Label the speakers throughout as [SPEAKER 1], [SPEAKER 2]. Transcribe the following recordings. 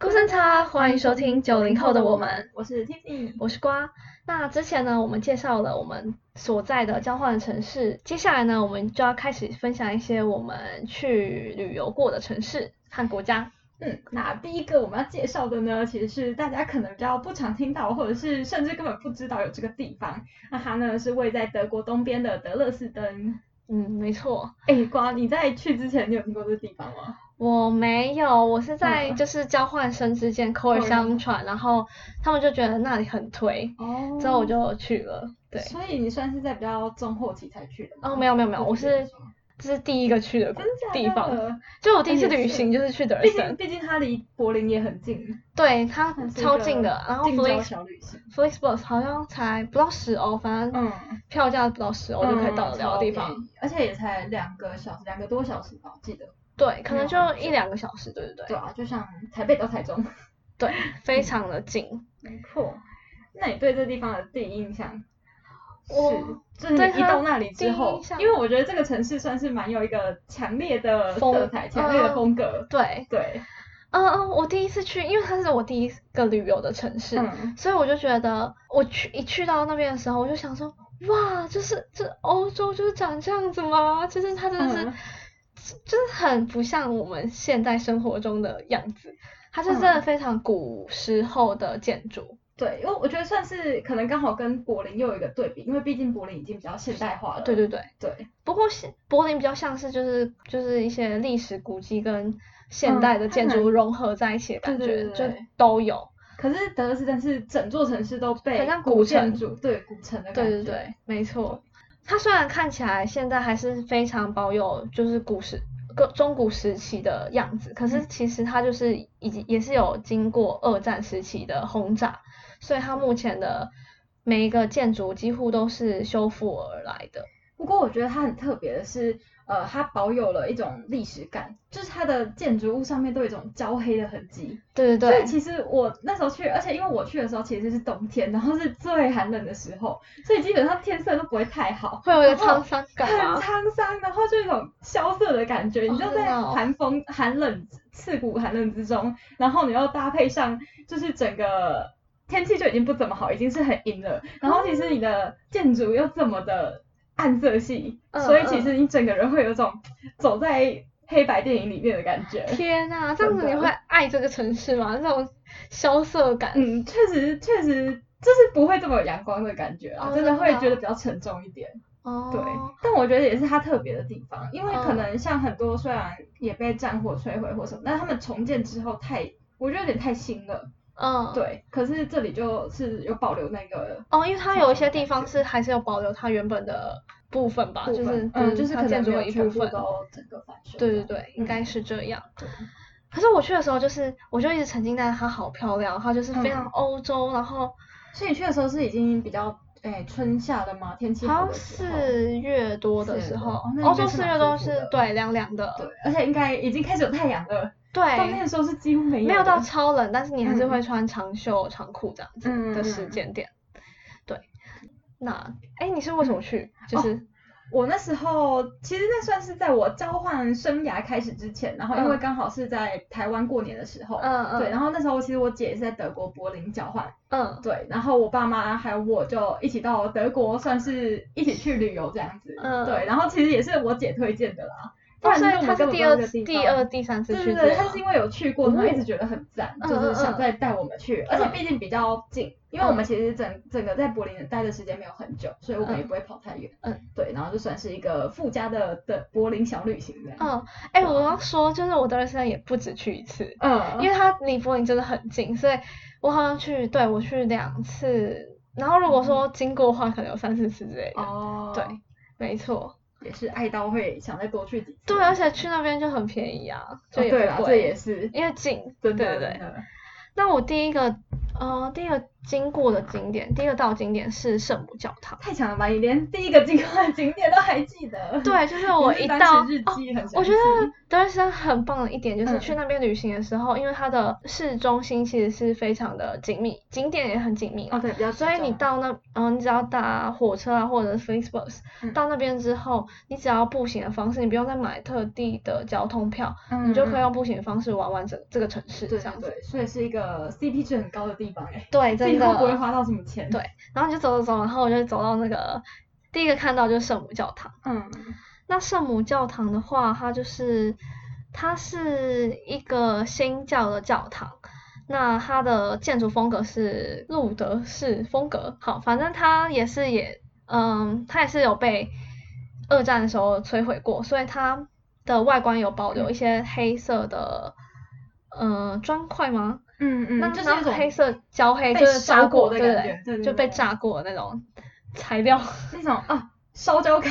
[SPEAKER 1] 顾三茶，欢迎收听九零后的我们，
[SPEAKER 2] 我是 Tiffany。
[SPEAKER 1] 我是瓜。那之前呢，我们介绍了我们所在的交换城市，接下来呢，我们就要开始分享一些我们去旅游过的城市和国家。
[SPEAKER 2] 嗯，那第一个我们要介绍的呢，其实是大家可能比较不常听到，或者是甚至根本不知道有这个地方。那它呢是位在德国东边的德勒斯登。
[SPEAKER 1] 嗯，没错，
[SPEAKER 2] 哎，瓜，你在去之前你有听过这地方吗？
[SPEAKER 1] 我没有，我是在
[SPEAKER 2] 嗯
[SPEAKER 1] 就是交换生之间口耳
[SPEAKER 2] 口耳
[SPEAKER 1] 相传，然后他们就觉得那里很推，
[SPEAKER 2] 哦
[SPEAKER 1] 之后我就去了。对，
[SPEAKER 2] 所以你算是在比较中后期才去的吗。
[SPEAKER 1] 哦，没有没有没有，
[SPEAKER 2] 对
[SPEAKER 1] 我是这是第一个去的
[SPEAKER 2] 嗯真假的
[SPEAKER 1] 地方，就我第一次
[SPEAKER 2] 那也
[SPEAKER 1] 旅
[SPEAKER 2] 是
[SPEAKER 1] 行就是去德尔
[SPEAKER 2] 毕
[SPEAKER 1] 森
[SPEAKER 2] 竟，毕竟它离柏林也很近，
[SPEAKER 1] 对，它
[SPEAKER 2] 它是一
[SPEAKER 1] 超
[SPEAKER 2] 个
[SPEAKER 1] 近的，然后
[SPEAKER 2] 嗯近郊
[SPEAKER 1] Flix
[SPEAKER 2] 小旅行。
[SPEAKER 1] Flixbus 好像才不到十欧，反正
[SPEAKER 2] 嗯，
[SPEAKER 1] 票价不到十哦欧就可以
[SPEAKER 2] 嗯
[SPEAKER 1] 到得了的地方。，
[SPEAKER 2] 超便宜而且也才两个小时，两个多小时吧，我记得。
[SPEAKER 1] 对，可能
[SPEAKER 2] 嗯
[SPEAKER 1] 就
[SPEAKER 2] 很
[SPEAKER 1] 一两个小时，对对
[SPEAKER 2] 对
[SPEAKER 1] 对，
[SPEAKER 2] 啊，就像台北到台中。
[SPEAKER 1] 对，
[SPEAKER 2] 嗯
[SPEAKER 1] 非常的近。
[SPEAKER 2] 没错，那你对这地方的第一印象是？
[SPEAKER 1] 我
[SPEAKER 2] 就是你
[SPEAKER 1] 对它
[SPEAKER 2] 一到那里之
[SPEAKER 1] 第一
[SPEAKER 2] 后
[SPEAKER 1] 印，象
[SPEAKER 2] 因为我觉得这个城市算是蛮有一个强烈的
[SPEAKER 1] 风
[SPEAKER 2] 色彩、强烈
[SPEAKER 1] 嗯
[SPEAKER 2] 的风格。
[SPEAKER 1] 对，
[SPEAKER 2] 对，
[SPEAKER 1] 嗯嗯，我第一次去，因为它是我第一个旅游的城市，
[SPEAKER 2] 嗯，
[SPEAKER 1] 所以我就觉得我去一去到那边的时候，我就想说，哇，就是这欧洲就是长这样子吗？就是它真的是，
[SPEAKER 2] 嗯
[SPEAKER 1] 就是很不像我们现代生活中的样子，它是真
[SPEAKER 2] 嗯
[SPEAKER 1] 的非常古时候的建筑。
[SPEAKER 2] 对，因为我觉得算是可能刚好跟柏林又有一个对比，因为毕竟柏林已经比较现代化了。
[SPEAKER 1] 对对对，
[SPEAKER 2] 对，
[SPEAKER 1] 不过现柏林比较像是就是就是一些历史古迹跟现代的
[SPEAKER 2] 嗯它
[SPEAKER 1] 建
[SPEAKER 2] 很
[SPEAKER 1] 筑融合在一起的感
[SPEAKER 2] 对
[SPEAKER 1] 觉，
[SPEAKER 2] 对对对
[SPEAKER 1] 就都有。
[SPEAKER 2] 可是德勒斯登是整座城市都被
[SPEAKER 1] 很像古
[SPEAKER 2] 古建
[SPEAKER 1] 城
[SPEAKER 2] 筑，对古城的
[SPEAKER 1] 对
[SPEAKER 2] 感觉。
[SPEAKER 1] 对对，没错。它虽然看起来现在还是非常保有就是古时各中古时期的样子，可
[SPEAKER 2] 嗯
[SPEAKER 1] 是其实它就是已经也是有经过二战时期的轰炸，所以它目前的每一个建筑几乎都是修复而来的。
[SPEAKER 2] 不过我觉得它很特别的是，呃，它保有了一种历史感，就是它的建筑物上面都有一种焦黑的痕迹。
[SPEAKER 1] 对对
[SPEAKER 2] 所以
[SPEAKER 1] 对，
[SPEAKER 2] 其实我那时候去，而且因为我去的时候其实是冬天，然后是最寒冷的时候，所以基本上天色都不会太好，
[SPEAKER 1] 会有一个沧
[SPEAKER 2] 然后
[SPEAKER 1] 桑
[SPEAKER 2] 很
[SPEAKER 1] 感啊吗？
[SPEAKER 2] 沧桑，然后就有一种萧瑟的感
[SPEAKER 1] 哦
[SPEAKER 2] 觉。你就
[SPEAKER 1] 真
[SPEAKER 2] 在
[SPEAKER 1] 的哦
[SPEAKER 2] 寒风、寒冷、刺骨寒冷之中，然后你又搭配上就是整个天气就已经不怎么好，已经是很阴了，然后其实你的建筑又这么的暗色系，
[SPEAKER 1] 嗯
[SPEAKER 2] 所以其实你整个人会有一种走在黑白电影里面的感觉。
[SPEAKER 1] 天呐，这样子
[SPEAKER 2] 真
[SPEAKER 1] 你
[SPEAKER 2] 的
[SPEAKER 1] 会爱这个城市吗？那种萧瑟感。
[SPEAKER 2] 嗯，确实确实就是不会这么有阳光的感觉啊，
[SPEAKER 1] 哦
[SPEAKER 2] 真的
[SPEAKER 1] 真的
[SPEAKER 2] 会
[SPEAKER 1] 啊
[SPEAKER 2] 觉得比较沉重一点。
[SPEAKER 1] 哦，
[SPEAKER 2] 对，但我觉得也是它特别的地方，因为可
[SPEAKER 1] 嗯
[SPEAKER 2] 能像很多虽然也被战火摧毁或什么，但他们重建之后太，我觉得有点太新了。
[SPEAKER 1] 嗯，。
[SPEAKER 2] 对，可是这里就是有保留那个。
[SPEAKER 1] 哦，因为它
[SPEAKER 2] 这
[SPEAKER 1] 有一
[SPEAKER 2] 种
[SPEAKER 1] 些
[SPEAKER 2] 感
[SPEAKER 1] 地方
[SPEAKER 2] 觉
[SPEAKER 1] 是还是有保留它原本的部分吧，
[SPEAKER 2] 部
[SPEAKER 1] 啊就
[SPEAKER 2] 分
[SPEAKER 1] 是
[SPEAKER 2] 嗯，就是
[SPEAKER 1] 它
[SPEAKER 2] 可
[SPEAKER 1] 建
[SPEAKER 2] 能
[SPEAKER 1] 筑
[SPEAKER 2] 没
[SPEAKER 1] 的
[SPEAKER 2] 有
[SPEAKER 1] 一
[SPEAKER 2] 全
[SPEAKER 1] 部
[SPEAKER 2] 部
[SPEAKER 1] 分。
[SPEAKER 2] 都整个翻修。
[SPEAKER 1] 对对对，应该
[SPEAKER 2] 嗯
[SPEAKER 1] 是这样。
[SPEAKER 2] 对
[SPEAKER 1] 可是我去的时候，就是我就一直沉浸在它好漂亮，它就是非常
[SPEAKER 2] 嗯
[SPEAKER 1] 欧洲，然后
[SPEAKER 2] 所以你去的时候是已经比较诶春夏了吗？天气
[SPEAKER 1] 好
[SPEAKER 2] 好
[SPEAKER 1] 像
[SPEAKER 2] 的时候。
[SPEAKER 1] 四月多的
[SPEAKER 2] 四
[SPEAKER 1] 时
[SPEAKER 2] 月
[SPEAKER 1] 候
[SPEAKER 2] 多哦，那
[SPEAKER 1] 欧
[SPEAKER 2] 应该
[SPEAKER 1] 洲
[SPEAKER 2] 是
[SPEAKER 1] 四
[SPEAKER 2] 蛮
[SPEAKER 1] 月
[SPEAKER 2] 舒
[SPEAKER 1] 多
[SPEAKER 2] 服
[SPEAKER 1] 是
[SPEAKER 2] 的
[SPEAKER 1] 对凉凉的，
[SPEAKER 2] 对，而且应该已经开始有太阳了。冬天
[SPEAKER 1] 对，
[SPEAKER 2] 的时候是几乎没有
[SPEAKER 1] 没有到
[SPEAKER 2] 的
[SPEAKER 1] 超冷，但是你还是
[SPEAKER 2] 嗯
[SPEAKER 1] 会穿长袖长裤这样子的时
[SPEAKER 2] 嗯嗯嗯
[SPEAKER 1] 间点。对，那哎，你是为什
[SPEAKER 2] 嗯
[SPEAKER 1] 么去？就是
[SPEAKER 2] 我那时候其实那算是在我交换生涯开始之前，然后因为
[SPEAKER 1] 嗯
[SPEAKER 2] 刚好是在台湾过年的时候，
[SPEAKER 1] 嗯嗯
[SPEAKER 2] 哦对，然后那时候其实我姐也是在德国柏林交换，
[SPEAKER 1] 嗯
[SPEAKER 2] 对，然后我爸妈还有我就一起到德国，算是一起去旅游这样子，
[SPEAKER 1] 嗯
[SPEAKER 2] 对，然后其实也是我姐推荐的啦，不
[SPEAKER 1] 哦，
[SPEAKER 2] 然
[SPEAKER 1] 所以
[SPEAKER 2] 我
[SPEAKER 1] 他
[SPEAKER 2] 们
[SPEAKER 1] 是
[SPEAKER 2] 根
[SPEAKER 1] 第二
[SPEAKER 2] 本不知道这个
[SPEAKER 1] 次、
[SPEAKER 2] 地
[SPEAKER 1] 第
[SPEAKER 2] 方
[SPEAKER 1] 二、第三次
[SPEAKER 2] 对
[SPEAKER 1] 去
[SPEAKER 2] 对
[SPEAKER 1] 这
[SPEAKER 2] 对，
[SPEAKER 1] 样嗯
[SPEAKER 2] 他是因为有去过，然后一直觉得很赞，就是想再带我们去，而且毕竟比较近，因为
[SPEAKER 1] 嗯
[SPEAKER 2] 我们其实整整个在柏林待的时间没有很久，所以我们也不会跑太远。
[SPEAKER 1] 嗯，
[SPEAKER 2] 对，然后就算是一个附加的的柏林小旅行这样。
[SPEAKER 1] 嗯，哎、我要说，就是我德累斯顿也不止去一次，
[SPEAKER 2] 嗯，
[SPEAKER 1] 因为它离柏林真的很近，所以我好像去，对我去两次，然后如果说经过的话，可能有三四次之类的。
[SPEAKER 2] 嗯哦，
[SPEAKER 1] 对，，没错，
[SPEAKER 2] 也是爱到会想再多去几次。
[SPEAKER 1] 对，啊而且去那边就很便宜啊，就
[SPEAKER 2] 哦
[SPEAKER 1] 也
[SPEAKER 2] 对
[SPEAKER 1] 不
[SPEAKER 2] 啦，这
[SPEAKER 1] 贵，
[SPEAKER 2] 也是
[SPEAKER 1] 因为近。
[SPEAKER 2] 真的
[SPEAKER 1] 对对
[SPEAKER 2] 真的
[SPEAKER 1] 那我第一个，呃，第一个经过的景点，第一个到的景点是圣母教堂。
[SPEAKER 2] 太强了吧！你连第一个经过的景点都还记得。
[SPEAKER 1] 对，就是我
[SPEAKER 2] 你
[SPEAKER 1] 一
[SPEAKER 2] 是单
[SPEAKER 1] 到哦
[SPEAKER 2] 纯日记很详细、
[SPEAKER 1] 我觉得德累斯顿很棒的一点就是
[SPEAKER 2] 嗯
[SPEAKER 1] 去那边旅行的时候，因为它的市中心其实是非常的紧密，景点也很紧密
[SPEAKER 2] 哦，
[SPEAKER 1] 啊。
[SPEAKER 2] 对，比较集
[SPEAKER 1] 所以你
[SPEAKER 2] 中
[SPEAKER 1] 到那，嗯、你只要搭火车啊，或者是 Facebook，、
[SPEAKER 2] 嗯
[SPEAKER 1] 到那边之后，你只要步行的方式，你不用再买特地的交通票，
[SPEAKER 2] 嗯
[SPEAKER 1] 你就可以
[SPEAKER 2] 嗯
[SPEAKER 1] 用步行的方式玩完整这个城市，
[SPEAKER 2] 对
[SPEAKER 1] 这样
[SPEAKER 2] 对
[SPEAKER 1] 子。
[SPEAKER 2] 对，所以是一个 CP 值很高的地方哎、
[SPEAKER 1] 对，
[SPEAKER 2] 自己
[SPEAKER 1] 真
[SPEAKER 2] 都不会
[SPEAKER 1] 的。
[SPEAKER 2] 花到什么钱。
[SPEAKER 1] 对然后你就走走走，然后我就走到那个第一个看到就是圣母教堂。
[SPEAKER 2] 嗯，
[SPEAKER 1] 那圣母教堂的话，它就是它是一个新教的教堂，那它的建筑风格是路德式风格。好，反正它也是也嗯，它也是有被二战的时候摧毁过，所以它的外观有保留一些黑色的。呃，砖块吗？
[SPEAKER 2] 嗯嗯，
[SPEAKER 1] 那
[SPEAKER 2] 就是
[SPEAKER 1] 那
[SPEAKER 2] 一种
[SPEAKER 1] 黑色焦黑，
[SPEAKER 2] 被
[SPEAKER 1] 就是
[SPEAKER 2] 烧
[SPEAKER 1] 烧
[SPEAKER 2] 过
[SPEAKER 1] 过，
[SPEAKER 2] 的
[SPEAKER 1] 对
[SPEAKER 2] 感觉对对
[SPEAKER 1] 就被
[SPEAKER 2] 对
[SPEAKER 1] 炸过的那种材料。
[SPEAKER 2] 那种啊烧焦感，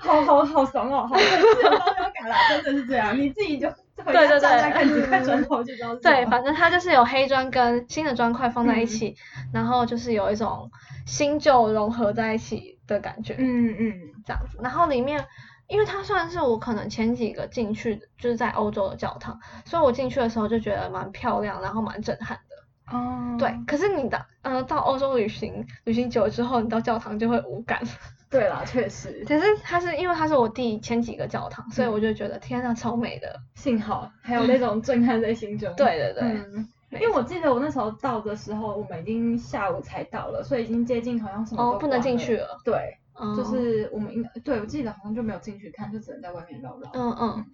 [SPEAKER 2] 好好好怂哦，好烧焦感啦，真的是这样，你自己就回
[SPEAKER 1] 对
[SPEAKER 2] 家
[SPEAKER 1] 对
[SPEAKER 2] 站
[SPEAKER 1] 对
[SPEAKER 2] 在看几块砖头就知道是
[SPEAKER 1] 对，
[SPEAKER 2] 什么
[SPEAKER 1] 反正它就是有黑砖跟新的砖块放
[SPEAKER 2] 嗯
[SPEAKER 1] 在一起，然后就是有一种新旧融合在一起的感觉，
[SPEAKER 2] 嗯嗯
[SPEAKER 1] 这样子。然后里面，因为它算是我可能前几个进去的就是在欧洲的教堂，所以我进去的时候就觉得蛮漂亮，然后蛮震撼的。
[SPEAKER 2] 哦，
[SPEAKER 1] 对，可是你到呃到欧洲旅行旅行久了之后，你到教堂就会无感。
[SPEAKER 2] 对啦，确实，
[SPEAKER 1] 可是它是因为它是我第前几个教堂，所以
[SPEAKER 2] 嗯
[SPEAKER 1] 我就觉得天呐，超美的。
[SPEAKER 2] 幸好还有那种震撼在心中。
[SPEAKER 1] 嗯对对对，
[SPEAKER 2] 嗯
[SPEAKER 1] 没
[SPEAKER 2] 因为我记得我那时候到的时候，我们已经下午才到了，所以已经接近好像什么都
[SPEAKER 1] 哦不能
[SPEAKER 2] 关
[SPEAKER 1] 进去
[SPEAKER 2] 了。
[SPEAKER 1] 了，
[SPEAKER 2] 对，
[SPEAKER 1] 嗯
[SPEAKER 2] 就是我们应该对我记得好像就没有进去看，就只能在外面绕绕。
[SPEAKER 1] 嗯嗯，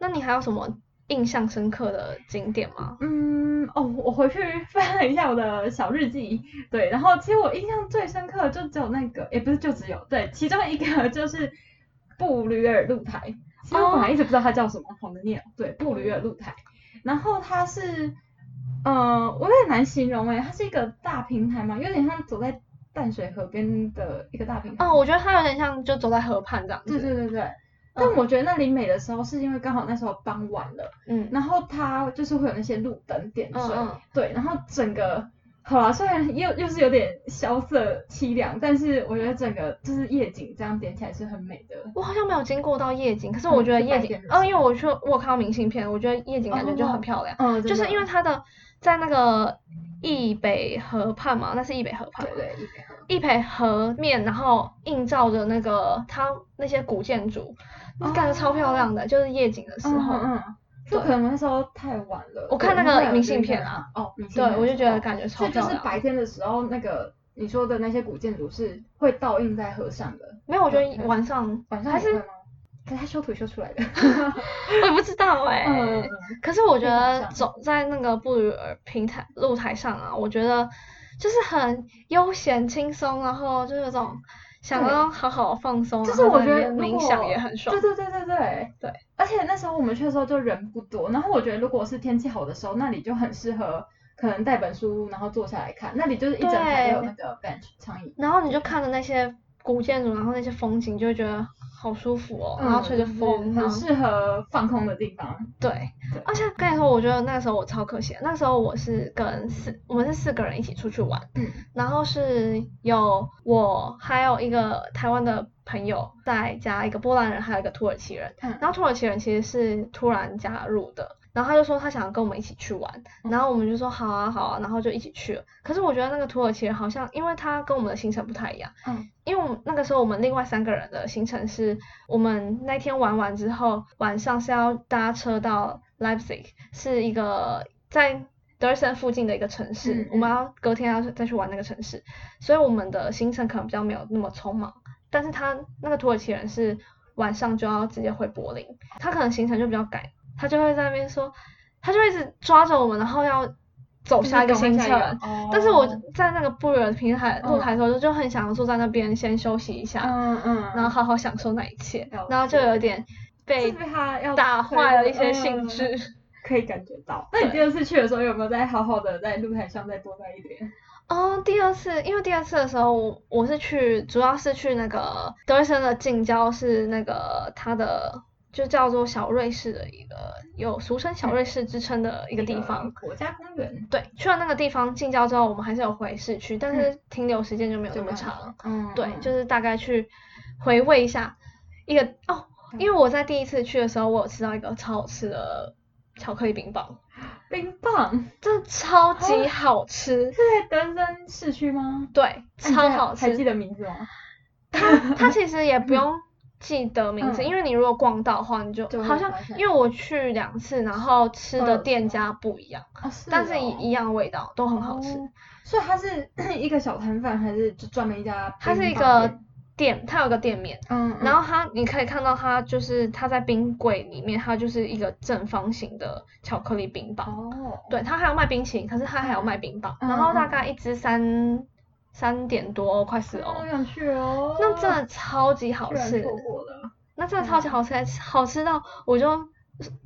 [SPEAKER 1] 那你还有什么印象深刻的景点吗？
[SPEAKER 2] 嗯，哦，我回去翻了一下我的小日记，对，然后其实我印象最深刻的就只有那个，也不是就只有，对，其中一个 就是布吕尔露台，其实我本来一直不知道它叫什么，好难念哦，对，布吕尔露台，然后它是，呃，我有点难形容欸诶，它是一个大平台嘛，有点像走在淡水河边的一个大平台，
[SPEAKER 1] 哦，我觉得它有点像就走在河畔这样
[SPEAKER 2] 对
[SPEAKER 1] 子。
[SPEAKER 2] 对对嗯对，但我觉得那里美的时候是因为刚好那时候傍晚了。
[SPEAKER 1] 嗯，
[SPEAKER 2] 然后它就是会有那些路灯点缀，
[SPEAKER 1] 嗯嗯
[SPEAKER 2] 对，然后整个好啊啦，虽然又又是有点萧瑟凄凉，但是我觉得整个就是夜景这样点起来是很美的。
[SPEAKER 1] 我好像没有经过到夜景，可是
[SPEAKER 2] 嗯
[SPEAKER 1] 我觉得
[SPEAKER 2] 是
[SPEAKER 1] 夜
[SPEAKER 2] 白
[SPEAKER 1] 景
[SPEAKER 2] 天的，时候
[SPEAKER 1] 哦，因为我去我有看到明信片，我觉得夜景感觉就很漂亮，
[SPEAKER 2] 嗯，
[SPEAKER 1] 就是因为
[SPEAKER 2] 它
[SPEAKER 1] 它的在那个易北河畔嘛，那是易北河畔
[SPEAKER 2] 对
[SPEAKER 1] 嘛，
[SPEAKER 2] 对，一边河
[SPEAKER 1] 易北河面，然后映照着那个它那些古建筑，
[SPEAKER 2] 哦
[SPEAKER 1] 感觉超漂亮的，就是夜景的时
[SPEAKER 2] 嗯
[SPEAKER 1] 候，
[SPEAKER 2] 嗯嗯，就
[SPEAKER 1] 对
[SPEAKER 2] 可能那时候太晚了。
[SPEAKER 1] 我看那
[SPEAKER 2] 对
[SPEAKER 1] 个
[SPEAKER 2] 然后
[SPEAKER 1] 明信片
[SPEAKER 2] 啊，哦，明信
[SPEAKER 1] 对
[SPEAKER 2] 片
[SPEAKER 1] 我就觉得
[SPEAKER 2] 的时候。
[SPEAKER 1] 感觉超
[SPEAKER 2] 所以就
[SPEAKER 1] 漂
[SPEAKER 2] 是
[SPEAKER 1] 亮。
[SPEAKER 2] 白天的时候，那个你说的那些古建筑是会倒映在河上的，
[SPEAKER 1] 没有，我觉
[SPEAKER 2] 嗯
[SPEAKER 1] 得
[SPEAKER 2] 嗯
[SPEAKER 1] 晚上
[SPEAKER 2] 晚上
[SPEAKER 1] 还
[SPEAKER 2] 也
[SPEAKER 1] 是
[SPEAKER 2] 会吗？可是它修图修出来 的。
[SPEAKER 1] 我也不知道哎、
[SPEAKER 2] 嗯，嗯
[SPEAKER 1] 可是我觉
[SPEAKER 2] 非
[SPEAKER 1] 得
[SPEAKER 2] 常像
[SPEAKER 1] 走在那个布吕尔平台露台上啊，我觉得就是很悠闲轻松，然后就是有种想
[SPEAKER 2] 对
[SPEAKER 1] 要好好放松，
[SPEAKER 2] 就
[SPEAKER 1] 然
[SPEAKER 2] 是
[SPEAKER 1] 后
[SPEAKER 2] 我
[SPEAKER 1] 在
[SPEAKER 2] 觉
[SPEAKER 1] 哦那边
[SPEAKER 2] 得如
[SPEAKER 1] 冥
[SPEAKER 2] 果
[SPEAKER 1] 想也很爽
[SPEAKER 2] 对。对对对对
[SPEAKER 1] 对。
[SPEAKER 2] 而且那时候我们去的时候就人不多，然后我觉得如果是天气好的时候，那里就很适合，可能带本书然后坐下来看，那里就是一整排都有那个 bench 长椅。
[SPEAKER 1] 然后你就看着那些古建筑，然后那些风景，就会觉得好舒服哦，然后吹着
[SPEAKER 2] 嗯就是
[SPEAKER 1] 风，嗯啊然
[SPEAKER 2] 很
[SPEAKER 1] 后
[SPEAKER 2] 适合放空的地方。
[SPEAKER 1] 对
[SPEAKER 2] 对。
[SPEAKER 1] 而且跟你说，我觉得那时候我超可惜的，那时候我是跟四，我们是四个人一起出去玩，
[SPEAKER 2] 嗯
[SPEAKER 1] 然后是有我，还有一个台湾的朋友，再加一个波兰人，还有一个土耳其人。
[SPEAKER 2] 嗯，
[SPEAKER 1] 然后土耳其人其实是突然加入的，然后他就说他想跟我们一起去玩，
[SPEAKER 2] 嗯
[SPEAKER 1] 然后我们就说好啊好啊，然后就一起去了。可是我觉得那个土耳其人好像，因为他跟我们的行程不太一样，
[SPEAKER 2] 嗯
[SPEAKER 1] 因为我们那个时候我们另外三个人的行程是，我们那天玩完之后，晚上是要搭车到 Leipzig，是一个在德累斯顿附近的一个城市，
[SPEAKER 2] 嗯嗯
[SPEAKER 1] 我们要隔天要再去玩那个城市，所以我们的行程可能比较没有那么匆忙。但是他那个土耳其人是晚上就要直接回柏林，他可能行程就比较赶，他就会在那边说，他就一直抓着我们，然后要走
[SPEAKER 2] 就是
[SPEAKER 1] 下一个
[SPEAKER 2] 赶快
[SPEAKER 1] 行
[SPEAKER 2] 下一
[SPEAKER 1] 程
[SPEAKER 2] 个。哦
[SPEAKER 1] 但是我在那个布尔平台
[SPEAKER 2] 嗯
[SPEAKER 1] 露台的时候，就很想要坐在那边先休息一下，
[SPEAKER 2] 嗯嗯，
[SPEAKER 1] 然后好好享受那一切
[SPEAKER 2] 了解，
[SPEAKER 1] 然后就有点
[SPEAKER 2] 就是
[SPEAKER 1] 被
[SPEAKER 2] 被嗯他要
[SPEAKER 1] 打坏了一些兴
[SPEAKER 2] 兴致，
[SPEAKER 1] 致。
[SPEAKER 2] 可以感觉到。那你第二次去的时候有没有再好好的在露台上再多待一点？
[SPEAKER 1] 哦，第二次，因为第二次的时候，我我是去，主要是去那个德瑞森的近郊，是那个他的就叫做小瑞士的一个有俗称小瑞士之称的一个地方。
[SPEAKER 2] 国家公园，
[SPEAKER 1] 对，去了那个地方近郊之后，我们还是有回市区，但是停留时间就没有那么长。
[SPEAKER 2] 嗯
[SPEAKER 1] 对，就是是大概去回味一下一个哦，
[SPEAKER 2] 嗯
[SPEAKER 1] 因为我在第一次去的时候，我有吃到一个超好吃的巧克力冰棒，
[SPEAKER 2] 冰棒，
[SPEAKER 1] 真的超级
[SPEAKER 2] 啊
[SPEAKER 1] 好吃，
[SPEAKER 2] 是在德森市区吗？
[SPEAKER 1] 对，
[SPEAKER 2] 啊你
[SPEAKER 1] 超
[SPEAKER 2] 记得
[SPEAKER 1] 好
[SPEAKER 2] 还记
[SPEAKER 1] 吃。
[SPEAKER 2] 得名字吗？
[SPEAKER 1] 它它其实也不用记得名字，
[SPEAKER 2] 嗯
[SPEAKER 1] 因为你如果逛到的话，你就
[SPEAKER 2] 就会
[SPEAKER 1] 好像
[SPEAKER 2] 发现
[SPEAKER 1] 因为我去两次，然后吃
[SPEAKER 2] 都
[SPEAKER 1] 的
[SPEAKER 2] 有吃
[SPEAKER 1] 店
[SPEAKER 2] 吗
[SPEAKER 1] 家不一样，
[SPEAKER 2] 哦，
[SPEAKER 1] 啊
[SPEAKER 2] 是
[SPEAKER 1] 但是
[SPEAKER 2] 哦
[SPEAKER 1] 一一样味道都很好吃。
[SPEAKER 2] 哦所以它是 一个小摊贩，还是就专门一家
[SPEAKER 1] 它
[SPEAKER 2] 冰棒
[SPEAKER 1] 是
[SPEAKER 2] 店？
[SPEAKER 1] 一个店，它有个店面。
[SPEAKER 2] 嗯，嗯，
[SPEAKER 1] 然后它，你可以看到它就是它在冰柜里面，它就是一个正方形的巧克力冰棒。
[SPEAKER 2] 哦，
[SPEAKER 1] 对，它还有卖冰淇淋，可是它还有卖冰棒，
[SPEAKER 2] 嗯
[SPEAKER 1] 然后大
[SPEAKER 2] 嗯
[SPEAKER 1] 概一支三三点多欧，快四欧
[SPEAKER 2] 哦，，我想去哦，
[SPEAKER 1] 那真的超级好
[SPEAKER 2] 居然嗯
[SPEAKER 1] 吃，
[SPEAKER 2] 错过了，
[SPEAKER 1] 那真的超级好吃，好吃到我就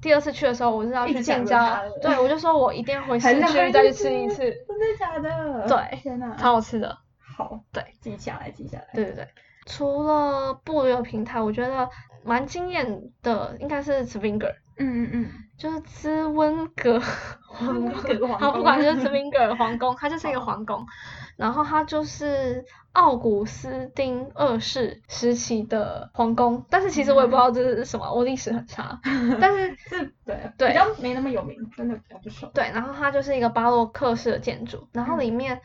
[SPEAKER 1] 第二次去的时候，我是要
[SPEAKER 2] 一
[SPEAKER 1] 去
[SPEAKER 2] 直想
[SPEAKER 1] 近
[SPEAKER 2] 着
[SPEAKER 1] 郊
[SPEAKER 2] 它了，
[SPEAKER 1] 对我就说我一定 要回市
[SPEAKER 2] 还是还
[SPEAKER 1] 区再去
[SPEAKER 2] 是
[SPEAKER 1] 吃一次，
[SPEAKER 2] 真的假的？
[SPEAKER 1] 对
[SPEAKER 2] 天哪，
[SPEAKER 1] 超好吃的，
[SPEAKER 2] 好，
[SPEAKER 1] 对，
[SPEAKER 2] 记下来，记下来，
[SPEAKER 1] 对对对。除了布旅游平台，我觉得蛮惊艳的，应该是 Zwinger，
[SPEAKER 2] 嗯嗯嗯，
[SPEAKER 1] 就是斯温格 皇
[SPEAKER 2] 温格
[SPEAKER 1] 宫，
[SPEAKER 2] 皇
[SPEAKER 1] 好，不管
[SPEAKER 2] 宫
[SPEAKER 1] 就是斯温格的皇宫，它就是一个
[SPEAKER 2] 好
[SPEAKER 1] 皇宫，然后它就是奥古斯丁二世时期的皇宫，但是其实我也不知道这是什么，我历史很差，但是
[SPEAKER 2] 是，对，
[SPEAKER 1] 对
[SPEAKER 2] 比较没那么有名，真的比较不熟，
[SPEAKER 1] 对，然后它就是一个巴洛克式的建筑，然后里
[SPEAKER 2] 嗯
[SPEAKER 1] 面，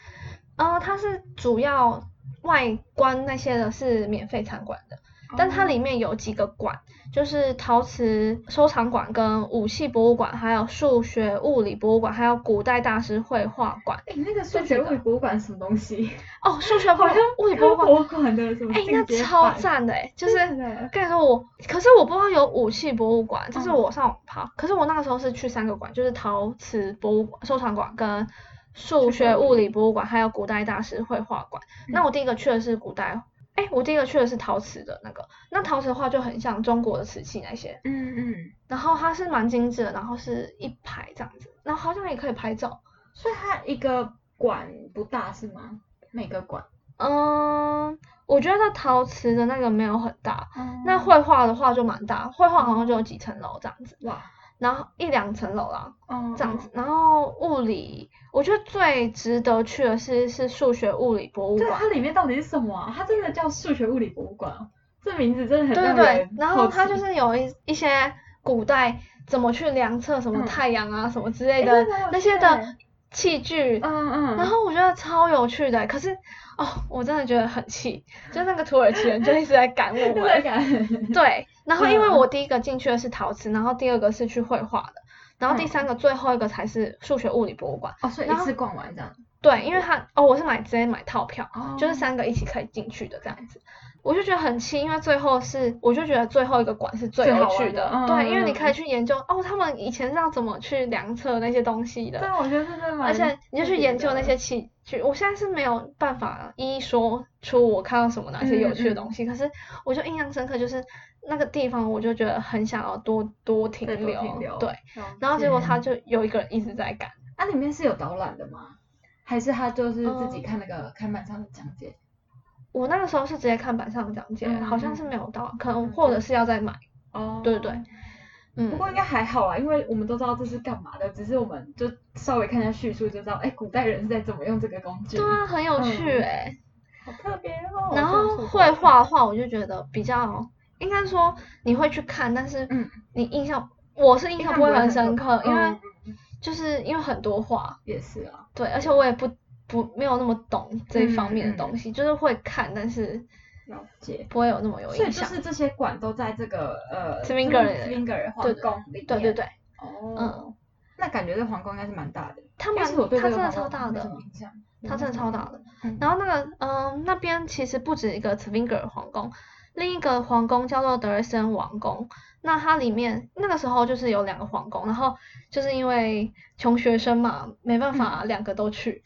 [SPEAKER 1] 呃，它是主要外观那些的是免费参观的，但它
[SPEAKER 2] 哦
[SPEAKER 1] 里面有几个馆，就是陶瓷收藏馆、跟武器博物馆，还有数学物理博物馆，还有古代大师绘画馆。
[SPEAKER 2] 哎，那个数
[SPEAKER 1] 这
[SPEAKER 2] 学
[SPEAKER 1] 几
[SPEAKER 2] 物
[SPEAKER 1] 个
[SPEAKER 2] 理博物馆是什么东西？
[SPEAKER 1] 哦，数学博
[SPEAKER 2] 好像
[SPEAKER 1] 物理博物
[SPEAKER 2] 科
[SPEAKER 1] 馆，
[SPEAKER 2] 博馆的什么
[SPEAKER 1] 哎，
[SPEAKER 2] 进阶
[SPEAKER 1] 那超
[SPEAKER 2] 版
[SPEAKER 1] 赞的哎，就
[SPEAKER 2] 真
[SPEAKER 1] 是
[SPEAKER 2] 的假的嗯
[SPEAKER 1] 跟你说我，可是我不知道有武器博物馆，这是我上网爬。可是我那个时候是去三个馆，就是陶瓷博物馆、收藏馆跟数学物理博物馆，还有古代大师绘画馆。
[SPEAKER 2] 嗯
[SPEAKER 1] 那我第一个去的是古代，哎，我第一个去的是陶瓷的那个。那陶瓷的话就很像中国的瓷器那些，
[SPEAKER 2] 嗯嗯，
[SPEAKER 1] 然后它是蛮精致的，然后是一排这样子，然后好像也可以拍照。
[SPEAKER 2] 所以它一个馆不大是吗？每个馆，
[SPEAKER 1] 嗯，我觉得陶瓷的那个没有很大，那
[SPEAKER 2] 那
[SPEAKER 1] 绘画的话就蛮大，绘画好像就有几层楼这样子。
[SPEAKER 2] 哇，
[SPEAKER 1] 然后一两层楼啦，
[SPEAKER 2] 哦
[SPEAKER 1] 这样子。然后物理，我觉得最值得去的是是数学物理博物
[SPEAKER 2] 对，
[SPEAKER 1] 馆
[SPEAKER 2] 它。里面到底是什么啊？它真的叫数学物理博物馆哦，这名字真的很
[SPEAKER 1] 对对
[SPEAKER 2] 让
[SPEAKER 1] 对
[SPEAKER 2] 人，
[SPEAKER 1] 然
[SPEAKER 2] 好
[SPEAKER 1] 后它
[SPEAKER 2] 奇
[SPEAKER 1] 就是有一一些古代怎么去量测什么
[SPEAKER 2] 嗯
[SPEAKER 1] 太阳啊、什么之类
[SPEAKER 2] 诶
[SPEAKER 1] 的
[SPEAKER 2] 这蛮有
[SPEAKER 1] 那
[SPEAKER 2] 趣
[SPEAKER 1] 些
[SPEAKER 2] 的
[SPEAKER 1] 的
[SPEAKER 2] 欸
[SPEAKER 1] 器具。
[SPEAKER 2] 嗯嗯，
[SPEAKER 1] 然后我觉得超有趣的，可是哦，我真的觉得很气，就那个土耳其人就一直在赶我
[SPEAKER 2] 就在
[SPEAKER 1] 们，
[SPEAKER 2] 感
[SPEAKER 1] 对，然后因为
[SPEAKER 2] 嗯
[SPEAKER 1] 我第一个进去的是陶瓷，然后第二个是去绘画的，然后第
[SPEAKER 2] 嗯
[SPEAKER 1] 三个最后一个才是数学物理博物馆。
[SPEAKER 2] 哦，所以
[SPEAKER 1] 然
[SPEAKER 2] 一
[SPEAKER 1] 后
[SPEAKER 2] 次逛完这样，
[SPEAKER 1] 对，因为他哦，我是买直接买套票，
[SPEAKER 2] 哦
[SPEAKER 1] 就是三个一起可以进去的这样子。我就觉得很气，因为最后是，我就觉得最后一个馆是最
[SPEAKER 2] 最
[SPEAKER 1] 有
[SPEAKER 2] 好玩
[SPEAKER 1] 趣
[SPEAKER 2] 的
[SPEAKER 1] 对，因为你
[SPEAKER 2] 嗯
[SPEAKER 1] 可以去研究哦，他们以前是要怎么去量测那些东西的，
[SPEAKER 2] 对，我觉得真的蛮
[SPEAKER 1] 而
[SPEAKER 2] 特别的，
[SPEAKER 1] 且你就去研究那些器具。我现在是没有办法一一说出我看到什么哪些有趣的
[SPEAKER 2] 嗯
[SPEAKER 1] 东西，可是我就印象深刻，就是那个地方，我就觉得很想要多多停
[SPEAKER 2] 再多
[SPEAKER 1] 留，
[SPEAKER 2] 停留嗯
[SPEAKER 1] 对。
[SPEAKER 2] 了
[SPEAKER 1] 然后结果
[SPEAKER 2] 解
[SPEAKER 1] 他就有一个人一直在赶，
[SPEAKER 2] 啊，里面是有导览的吗？还是他就是自己
[SPEAKER 1] 嗯
[SPEAKER 2] 看那个看板上的讲解？
[SPEAKER 1] 我那个时候是直接看板上讲解，
[SPEAKER 2] 嗯
[SPEAKER 1] 好像是
[SPEAKER 2] 嗯
[SPEAKER 1] 没有到，可能
[SPEAKER 2] 嗯
[SPEAKER 1] 或
[SPEAKER 2] 对
[SPEAKER 1] 者是要再买。
[SPEAKER 2] 哦
[SPEAKER 1] 对对对。嗯，
[SPEAKER 2] 不过应该还好啊啦，因为我们都知道这是干嘛的，只是我们就稍微看一下叙述就知道，哎，古代人是在怎么用这个工具。
[SPEAKER 1] 对啊，很有趣
[SPEAKER 2] 嗯
[SPEAKER 1] 哎、
[SPEAKER 2] 好特别哦。
[SPEAKER 1] 然
[SPEAKER 2] 我
[SPEAKER 1] 后
[SPEAKER 2] 真的错过
[SPEAKER 1] 绘
[SPEAKER 2] 了，
[SPEAKER 1] 画的话，我就觉得比较，应该说你会去看，但是
[SPEAKER 2] 嗯
[SPEAKER 1] 你印象，我是印
[SPEAKER 2] 印
[SPEAKER 1] 象
[SPEAKER 2] 象
[SPEAKER 1] 不会
[SPEAKER 2] 不会
[SPEAKER 1] 很
[SPEAKER 2] 很
[SPEAKER 1] 深
[SPEAKER 2] 深
[SPEAKER 1] 刻，因为
[SPEAKER 2] 嗯
[SPEAKER 1] 就是因为很多画，
[SPEAKER 2] 也是啊，
[SPEAKER 1] 对，而且我也不不没有那么懂这一方面的
[SPEAKER 2] 嗯嗯
[SPEAKER 1] 东西，就是会看，但是
[SPEAKER 2] 了解。
[SPEAKER 1] 不会有那么有
[SPEAKER 2] 所以
[SPEAKER 1] 印
[SPEAKER 2] 就
[SPEAKER 1] 象。
[SPEAKER 2] 是这些馆都在这个呃
[SPEAKER 1] Swinger 的
[SPEAKER 2] Swinger 皇
[SPEAKER 1] 对对
[SPEAKER 2] 宫里面。
[SPEAKER 1] 对对。嗯对，
[SPEAKER 2] 哦。那感觉这皇宫应该是蛮大的。
[SPEAKER 1] 它
[SPEAKER 2] 因为
[SPEAKER 1] 蛮
[SPEAKER 2] 其实我对
[SPEAKER 1] 它
[SPEAKER 2] 这个
[SPEAKER 1] 真的
[SPEAKER 2] 皇
[SPEAKER 1] 超
[SPEAKER 2] 宫
[SPEAKER 1] 大
[SPEAKER 2] 没
[SPEAKER 1] 的
[SPEAKER 2] 什么印象。
[SPEAKER 1] 它真的超大的。
[SPEAKER 2] 嗯。
[SPEAKER 1] 然后那个，嗯，那边其实不止一个 Zwinger 皇宫，另一个皇宫叫做德瑞森王宫。那它里面那个时候就是有两个皇宫，然后就是因为穷学生嘛，没办法两个都 去。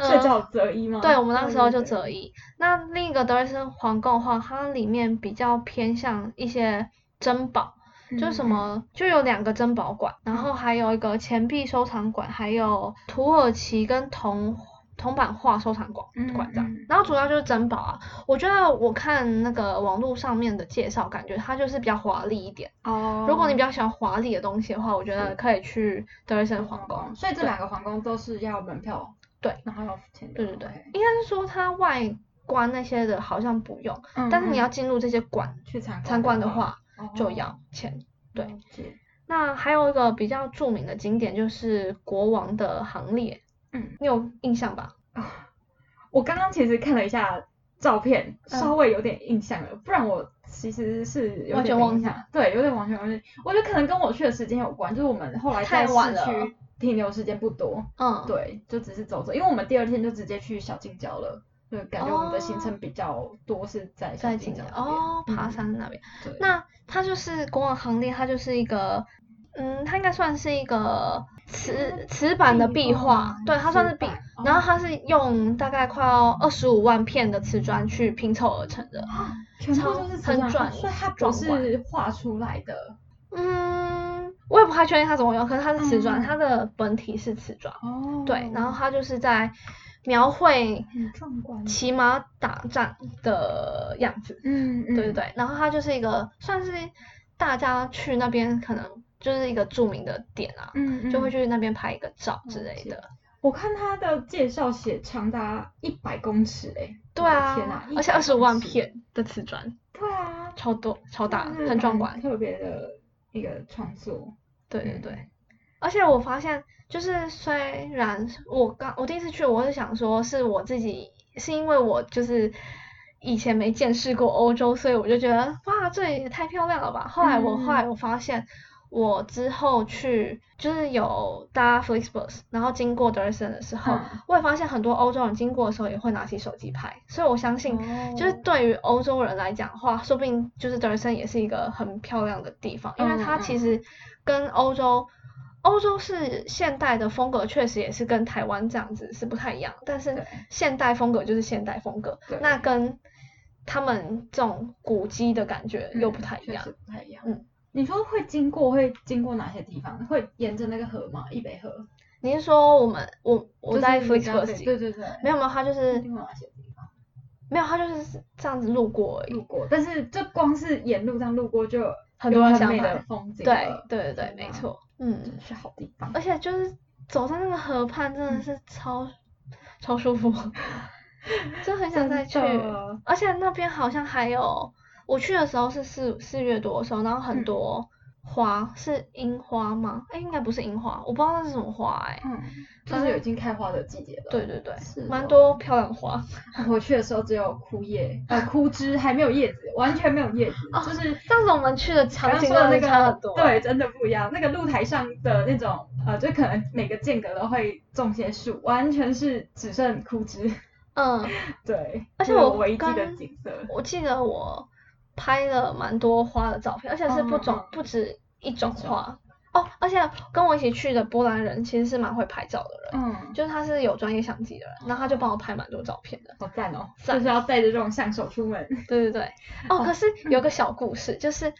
[SPEAKER 2] 所以
[SPEAKER 1] 呃
[SPEAKER 2] 只有择一嗯吗？
[SPEAKER 1] 对，我们那个时候就
[SPEAKER 2] 对
[SPEAKER 1] 择一。那另一个德瑞森皇宫的话，它里面比较偏向一些珍宝，就是
[SPEAKER 2] 嗯
[SPEAKER 1] 什？么，就有两个珍宝馆，然后还有一个钱币收藏馆，还有土耳其跟铜铜版画收藏馆
[SPEAKER 2] 嗯
[SPEAKER 1] 馆这样
[SPEAKER 2] 嗯，
[SPEAKER 1] 然后主要就是珍宝啊。我觉得我看那个网络上面的介绍，感觉它就是比较华丽一点。
[SPEAKER 2] 哦
[SPEAKER 1] 如果你比较喜欢华丽的东西的话，我觉得
[SPEAKER 2] 是
[SPEAKER 1] 可以去德累森皇宫。
[SPEAKER 2] 所以这
[SPEAKER 1] 对
[SPEAKER 2] 两个皇宫都是要门票，
[SPEAKER 1] 对，
[SPEAKER 2] 然后要付钱的。
[SPEAKER 1] 对对对
[SPEAKER 2] OK，
[SPEAKER 1] 应该是说它外观那些的好像不用，
[SPEAKER 2] 嗯
[SPEAKER 1] 但是你要
[SPEAKER 2] 嗯
[SPEAKER 1] 进入这些馆
[SPEAKER 2] 去参
[SPEAKER 1] 参观的
[SPEAKER 2] 的
[SPEAKER 1] 话
[SPEAKER 2] 哦
[SPEAKER 1] 就要钱。对
[SPEAKER 2] 了解
[SPEAKER 1] 那还有一个比较著名的景点就是国王的行列，
[SPEAKER 2] 嗯，
[SPEAKER 1] 你有印象吧？
[SPEAKER 2] 我刚刚其实看了一下照片，
[SPEAKER 1] 嗯
[SPEAKER 2] 稍微有点印象了，不然我其实是有
[SPEAKER 1] 完全
[SPEAKER 2] 点没
[SPEAKER 1] 忘
[SPEAKER 2] 印
[SPEAKER 1] 记
[SPEAKER 2] 象，对，有点完全忘记。我觉得可能跟我去的时间有关，就是我们后来
[SPEAKER 1] 太
[SPEAKER 2] 在市
[SPEAKER 1] 晚了
[SPEAKER 2] 区停留时间不多，
[SPEAKER 1] 嗯，，
[SPEAKER 2] 对，就只是走走，因为我们第二天就直接去小近郊了。对，感觉我们的行程比较多是在小
[SPEAKER 1] 哦在景
[SPEAKER 2] 近郊
[SPEAKER 1] 点
[SPEAKER 2] 那边
[SPEAKER 1] 哦，爬
[SPEAKER 2] 嗯
[SPEAKER 1] 山那边。
[SPEAKER 2] 对，
[SPEAKER 1] 那它就是国王行列，它就是一个，嗯，它应该算是一个瓷瓷板的壁画，对，它算是壁
[SPEAKER 2] 嗯瓷板，哦
[SPEAKER 1] 然后它是用大概快要二十五万片的瓷砖去拼凑而成的。
[SPEAKER 2] 全部
[SPEAKER 1] 超
[SPEAKER 2] 都是瓷
[SPEAKER 1] 很
[SPEAKER 2] 砖
[SPEAKER 1] 壮
[SPEAKER 2] 所以它不
[SPEAKER 1] 壮观
[SPEAKER 2] 是画出来的
[SPEAKER 1] 嗯，我也不太确定它怎么用，可是它是瓷砖，
[SPEAKER 2] 嗯
[SPEAKER 1] 它的本体是瓷砖，
[SPEAKER 2] 哦
[SPEAKER 1] 对，然后它就是在描绘
[SPEAKER 2] 很壮观，
[SPEAKER 1] 骑马打仗的样子。
[SPEAKER 2] 嗯，嗯
[SPEAKER 1] 对对，对，然后它就是一个算是大家去那边可能就是一个著名的点啊，
[SPEAKER 2] 嗯
[SPEAKER 1] 就会
[SPEAKER 2] 嗯
[SPEAKER 1] 去那边拍一个照之
[SPEAKER 2] 了
[SPEAKER 1] 类
[SPEAKER 2] 解
[SPEAKER 1] 的。
[SPEAKER 2] 我看它的介绍写长达一百公尺哎、欸，
[SPEAKER 1] 对
[SPEAKER 2] 我的
[SPEAKER 1] 啊，
[SPEAKER 2] 天哪，
[SPEAKER 1] 而且
[SPEAKER 2] 100
[SPEAKER 1] 二十五万
[SPEAKER 2] 公尺，
[SPEAKER 1] 片的瓷砖，
[SPEAKER 2] 对啊，
[SPEAKER 1] 超多超大，
[SPEAKER 2] 真的是
[SPEAKER 1] 很壮
[SPEAKER 2] 蛮
[SPEAKER 1] 观。
[SPEAKER 2] 特别的一个创作，
[SPEAKER 1] 对对
[SPEAKER 2] 嗯
[SPEAKER 1] 对，而且我发现，就是虽然我刚我第一次去，我是想说是我自己，是因为我就是以前没见识过欧洲，所以我就觉得哇，这里也太漂亮了吧。后来我、后来我发现，我之后去就是有搭 Flixbus，然后经过德累森的时候，
[SPEAKER 2] 嗯
[SPEAKER 1] 我也发现很多欧洲人经过的时候也会拿起手机拍，所以我相信。就是
[SPEAKER 2] 哦
[SPEAKER 1] 对于欧洲人来讲的话，说不定就是德累森也是一个很漂亮的地方，因为它
[SPEAKER 2] 嗯嗯
[SPEAKER 1] 其实跟欧洲，欧洲是现代的风格，确实也是跟台湾这样子是不太一样，但是
[SPEAKER 2] 对
[SPEAKER 1] 现代风格就是现代风格
[SPEAKER 2] 对，
[SPEAKER 1] 那跟他们这种古迹的感觉又不
[SPEAKER 2] 嗯
[SPEAKER 1] 太一
[SPEAKER 2] 确
[SPEAKER 1] 样
[SPEAKER 2] 实。不太一样，
[SPEAKER 1] 嗯。
[SPEAKER 2] 你说会经过会经过哪些地方？会沿着那个河吗？一北河？
[SPEAKER 1] 你是说我们我我
[SPEAKER 2] 就
[SPEAKER 1] 在
[SPEAKER 2] 是你刚刚
[SPEAKER 1] Flixbus
[SPEAKER 2] 对对对，
[SPEAKER 1] 没有没有，他就是
[SPEAKER 2] 经过哪些地方？
[SPEAKER 1] 没有他就是这样子路过而已，
[SPEAKER 2] 路过，但是就光是沿路上路过就有
[SPEAKER 1] 很多人
[SPEAKER 2] 很
[SPEAKER 1] 想
[SPEAKER 2] 美的
[SPEAKER 1] 买。
[SPEAKER 2] 风景
[SPEAKER 1] 对
[SPEAKER 2] 了，
[SPEAKER 1] 对对对，没
[SPEAKER 2] 嗯
[SPEAKER 1] 错，嗯。
[SPEAKER 2] 真是好地方。
[SPEAKER 1] 而且就是走在那个河畔，真的
[SPEAKER 2] 嗯
[SPEAKER 1] 是超、超舒服， 就很想再去
[SPEAKER 2] 真的。
[SPEAKER 1] 而且那边好像还有，我去的时候是四四月多的时候，然后很
[SPEAKER 2] 嗯
[SPEAKER 1] 多花、是樱花吗？哎，应该不是樱花，我不知道那是什么花哎、
[SPEAKER 2] 嗯，就
[SPEAKER 1] 反
[SPEAKER 2] 是
[SPEAKER 1] 正
[SPEAKER 2] 有已经开花的季节了。
[SPEAKER 1] 对，对对，
[SPEAKER 2] 是
[SPEAKER 1] 蛮
[SPEAKER 2] 哦
[SPEAKER 1] 多漂亮花。
[SPEAKER 2] 我去的时候只有枯叶，呃，枯枝还没有叶子，完全没有叶子，就是
[SPEAKER 1] 上次我们去的哦
[SPEAKER 2] 刚
[SPEAKER 1] 场
[SPEAKER 2] 刚
[SPEAKER 1] 景
[SPEAKER 2] 说
[SPEAKER 1] 真
[SPEAKER 2] 的
[SPEAKER 1] 的
[SPEAKER 2] 那
[SPEAKER 1] 是差很
[SPEAKER 2] 个
[SPEAKER 1] 多，，欸
[SPEAKER 2] 对，真的不一样。那个露台上的那种，呃，就可能每个间隔都会种些树，完全是只剩枯枝。
[SPEAKER 1] 嗯，
[SPEAKER 2] 对，
[SPEAKER 1] 而且
[SPEAKER 2] 这是
[SPEAKER 1] 我
[SPEAKER 2] 我唯一记得
[SPEAKER 1] 跟
[SPEAKER 2] 景色。
[SPEAKER 1] 我记得我拍了蛮多花的照片，而且是不
[SPEAKER 2] 嗯
[SPEAKER 1] 种、
[SPEAKER 2] 嗯
[SPEAKER 1] 不止一种
[SPEAKER 2] 一种
[SPEAKER 1] 花哦。而且跟我一起去的波兰人其实是蛮会拍照的人，
[SPEAKER 2] 嗯，
[SPEAKER 1] 就是他是有专业相机的人，然后他就帮我拍蛮多照片的。
[SPEAKER 2] 好赞哦，
[SPEAKER 1] 赞
[SPEAKER 2] 就是要带着这种相手出门。
[SPEAKER 1] 对对对，哦，
[SPEAKER 2] 哦
[SPEAKER 1] 可是有个小故事，就是